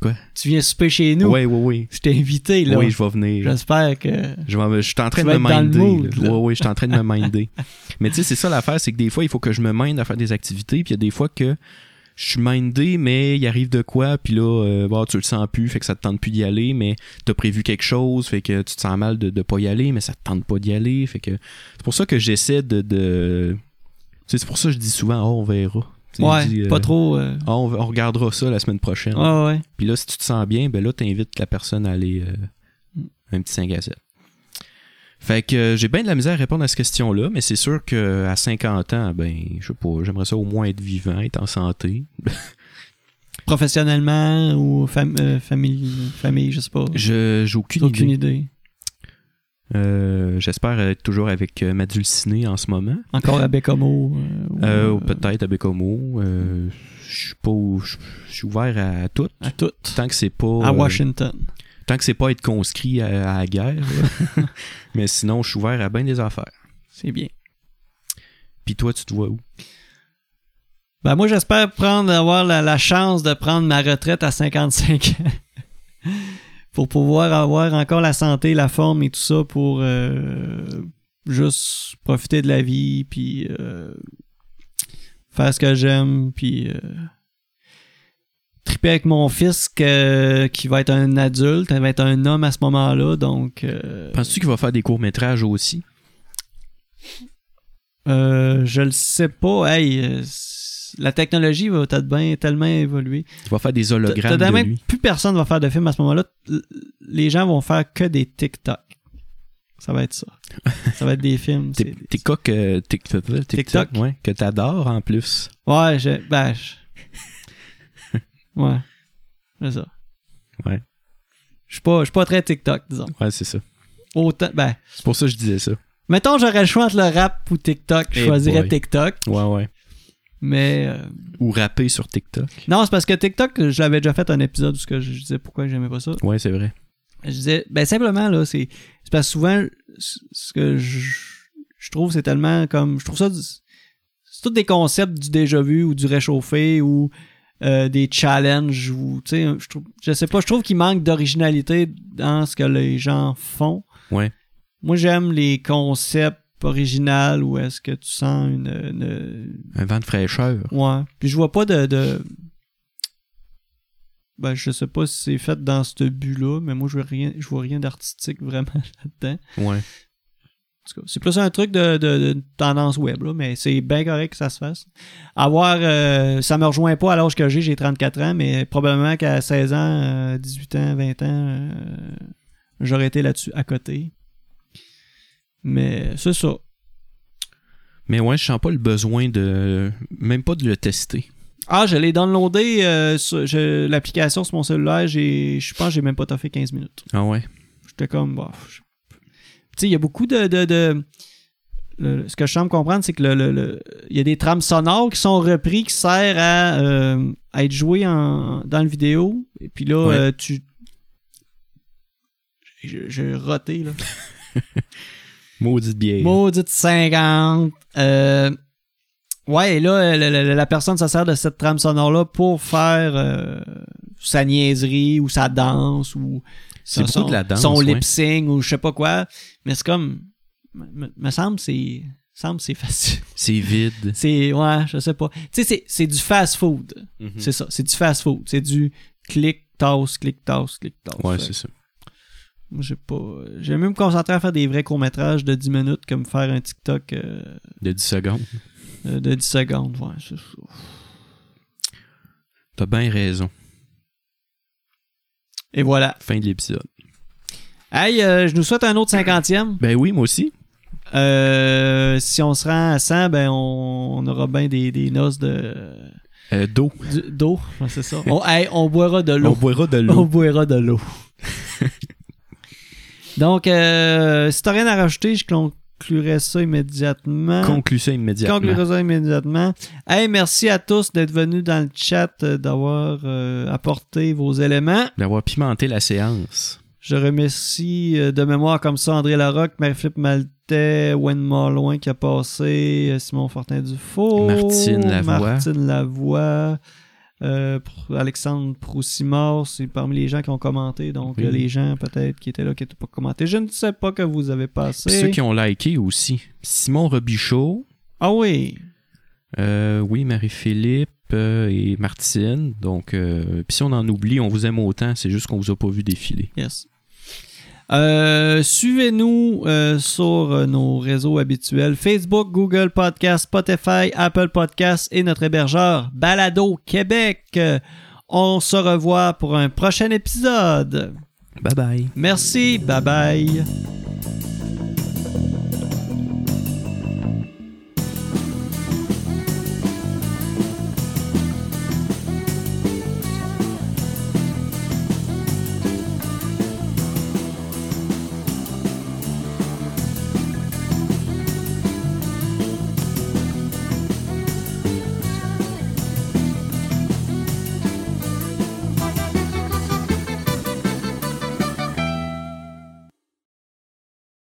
B: Quoi?
A: Tu viens souper chez nous.
B: Ouais, ouais, ouais.
A: Je t'ai invité, là.
B: Oui, je vais venir.
A: J'espère que.
B: Je, vais- je suis en train
A: Tu
B: de
A: vas
B: me
A: être dans le
B: minder.
A: mood,
B: là.
A: là.
B: Ouais, ouais, je suis en train de me minder. mais tu sais, c'est ça l'affaire, c'est que des fois, il faut que je me minde à faire des activités, puis il y a des fois que je suis mindé, mais il arrive de quoi, puis là, euh, bah, tu le sens plus, fait que ça te tente plus d'y aller, mais t'as prévu quelque chose, fait que tu te sens mal de, de pas y aller, mais ça te tente pas d'y aller, fait que c'est pour ça que j'essaie de... de... Tu sais, c'est pour ça que je dis souvent, oh, on verra. Tu sais,
A: Ouais,
B: je dis, euh,
A: pas trop. euh,
B: Ah, on, on regardera ça la semaine prochaine.
A: Ouais, ouais.
B: Puis là, si tu te sens bien, ben là, t'invites la personne à aller euh, un petit 5 à 7. Fait que euh, j'ai bien de la misère à répondre à cette question-là, mais c'est sûr que à 50 ans, ben, je sais pas, j'aimerais ça au moins être vivant, être en santé.
A: Professionnellement ou fam- euh, famille, famille, je sais pas.
B: Je j'ai aucune,
A: Aucune
B: idée.
A: idée.
B: Euh, J'espère être toujours avec euh, ma dulcinée en ce moment.
A: Encore à Bécomo. euh, ou,
B: Euh, ou
A: euh,
B: peut-être à Bécomo. Euh, je suis pas au- je je suis ouvert à tout.
A: à tout.
B: Tant que c'est pas.
A: À
B: euh,
A: Washington.
B: tant que c'est pas être conscrit à, à la guerre. là. mais sinon, je suis ouvert à bien des affaires.
A: C'est bien.
B: Puis toi, tu te vois où?
A: Ben moi j'espère prendre avoir la, la chance de prendre ma retraite à 55 ans pour pouvoir avoir encore la santé, la forme et tout ça pour euh, juste profiter de la vie puis euh, faire ce que j'aime puis euh, triper avec mon fils que- qui va être un adulte, il va être un homme à ce moment-là donc euh,
B: Penses-tu qu'il va faire des courts-métrages aussi?
A: euh, je le sais pas, hey euh, c- la technologie va peut-être bien tellement évoluer.
B: Il va faire des
A: T'as-
B: hologrammes
A: t'as
B: de
A: même-
B: lui.
A: Plus personne va faire de film à ce moment-là. L- Les gens vont faire que des TikTok. Ça va être ça. ça va être des films.
B: T'es
A: c'est-
B: t'es euh, quoi que TikTok, TikTok,
A: TikTok.
B: ouais, que t'adores en plus.
A: Ouais, je... Ben, je- Ouais. C'est ça.
B: Ouais.
A: Je suis pas, je suis pas très TikTok, disons.
B: Ouais, c'est ça.
A: Autant... Ben,
B: C'est pour ça que je disais ça.
A: mettons, j'aurais le choix entre le rap ou TikTok. Je
B: Eh
A: choisirais
B: boy.
A: TikTok.
B: Ouais, ouais.
A: Mais... euh,
B: Ou rapper sur TikTok.
A: Non, c'est parce que TikTok, je l'avais déjà fait un épisode où ce que je disais pourquoi j'aimais pas ça.
B: Ouais, c'est vrai.
A: Je disais, ben simplement, là, c'est c'est parce que souvent, ce ce que je, je trouve, c'est tellement comme. Je trouve ça. du- C'est tous des concepts du déjà vu ou du réchauffé ou euh, des challenges ou. Tu sais, je, trouve- je sais pas, je trouve qu'il manque d'originalité dans ce que les gens font.
B: Ouais.
A: Moi, j'aime les concepts originaux où est-ce que tu sens une- une,
B: Un vent de fraîcheur.
A: Ouais. Puis je vois pas de. de... Ben, je sais pas si c'est fait dans ce but-là, mais moi, je vois rien, je vois rien d'artistique vraiment là-dedans.
B: Ouais.
A: En tout cas, c'est plus un truc de, de- de tendance web, là, mais c'est bien correct que ça se fasse. Avoir, euh, ça me rejoint pas à l'âge que j'ai, j'ai 34 ans, mais probablement qu'à 16 ans, euh, 18 ans, 20 ans, euh, j'aurais été là-dessus à côté. Mais c'est ça.
B: Mais ouais, je sens pas le besoin de. Même pas de le tester.
A: Ah, je l'ai downloadé, euh, sur- je- l'application sur mon cellulaire, j'ai, je pense que j'ai même pas toffé 15 minutes.
B: Ah ouais.
A: J'étais comme, bah, je- tu sais, il y a beaucoup de. de- de- le- ce que je semble comprendre, c'est que le, le- le- il y a des trames sonores qui sont repris qui servent à, euh, à être jouées en, dans le vidéo. Et puis là,
B: Ouais.
A: euh, tu. J'ai j'ai roté, là.
B: Maudite bière.
A: Maudite 50. Euh, ouais, et là, euh, la, la- la personne, ça sert de cette trame sonore-là pour faire euh, sa niaiserie ou sa danse ou
B: C'est beaucoup
A: son,
B: de la danse,
A: son
B: ouais.
A: lip-sync ou je sais pas quoi. Mais c'est comme. Me me semble c'est semble c'est facile.
B: C'est vide.
A: C'est ouais, je sais pas. Tu sais c'est c'est du fast food.
B: Mhm. Hmm.
A: C'est ça, c'est du fast food, c'est du clic toss clic toss clic toss.
B: Ouais,
A: Fait
B: c'est ça.
A: moi, J'ai pas. J'aime mieux me concentrer à faire des vrais courts-métrages de 10 minutes que me faire un TikTok euh,
B: De 10 secondes.
A: euh, de 10 secondes. Ouais, c'est ça.
B: T'as bien raison.
A: Et voilà.
B: Fin de l'épisode.
A: Hey, euh, je nous souhaite un autre 50e.
B: Ben oui, moi aussi.
A: Euh, si on se rend à 100, ben on, on aura bien des, des noces de
B: Euh, d'eau.
A: du- d'eau. Ouais, c'est ça. On, hey, on boira de l'eau.
B: boira de
A: On boira de l'eau. Donc, euh, si t'as rien à rajouter, je conclurai ça immédiatement.
B: Conclue ça immédiatement.
A: Conclurai ça immédiatement. Hey, merci à tous d'être venus dans le chat, euh, d'avoir euh, apporté vos éléments.
B: D'avoir pimenté la séance.
A: Je remercie euh, de mémoire comme ça André Larocque, Marie-Philippe Maltais, Wayne Marloin qui a passé, euh, Simon Fortin Dufault,
B: Martine Lavoie.
A: Martine Lavoie, euh, Pr- Alexandre Proussimard, c'est parmi les gens qui ont commenté, donc
B: Oui.
A: euh, les gens peut-être qui étaient là qui n'étaient pas commentés. Je ne sais pas que vous avez
B: Puis ceux
A: passé.
B: qui ont liké aussi. Simon Robichaud.
A: Ah oui,
B: Euh, oui, Marie-Philippe euh, et Martine. Donc, euh, puis si on en oublie, on vous aime autant. C'est juste qu'on vous a pas vu défiler.
A: yes. Euh, Suivez-nous euh, sur euh, nos réseaux habituels Facebook, Google Podcast, Spotify, Apple Podcast et notre hébergeur Balado Québec. Euh, On se revoit pour un prochain épisode.
B: Bye bye.
A: Merci, bye bye.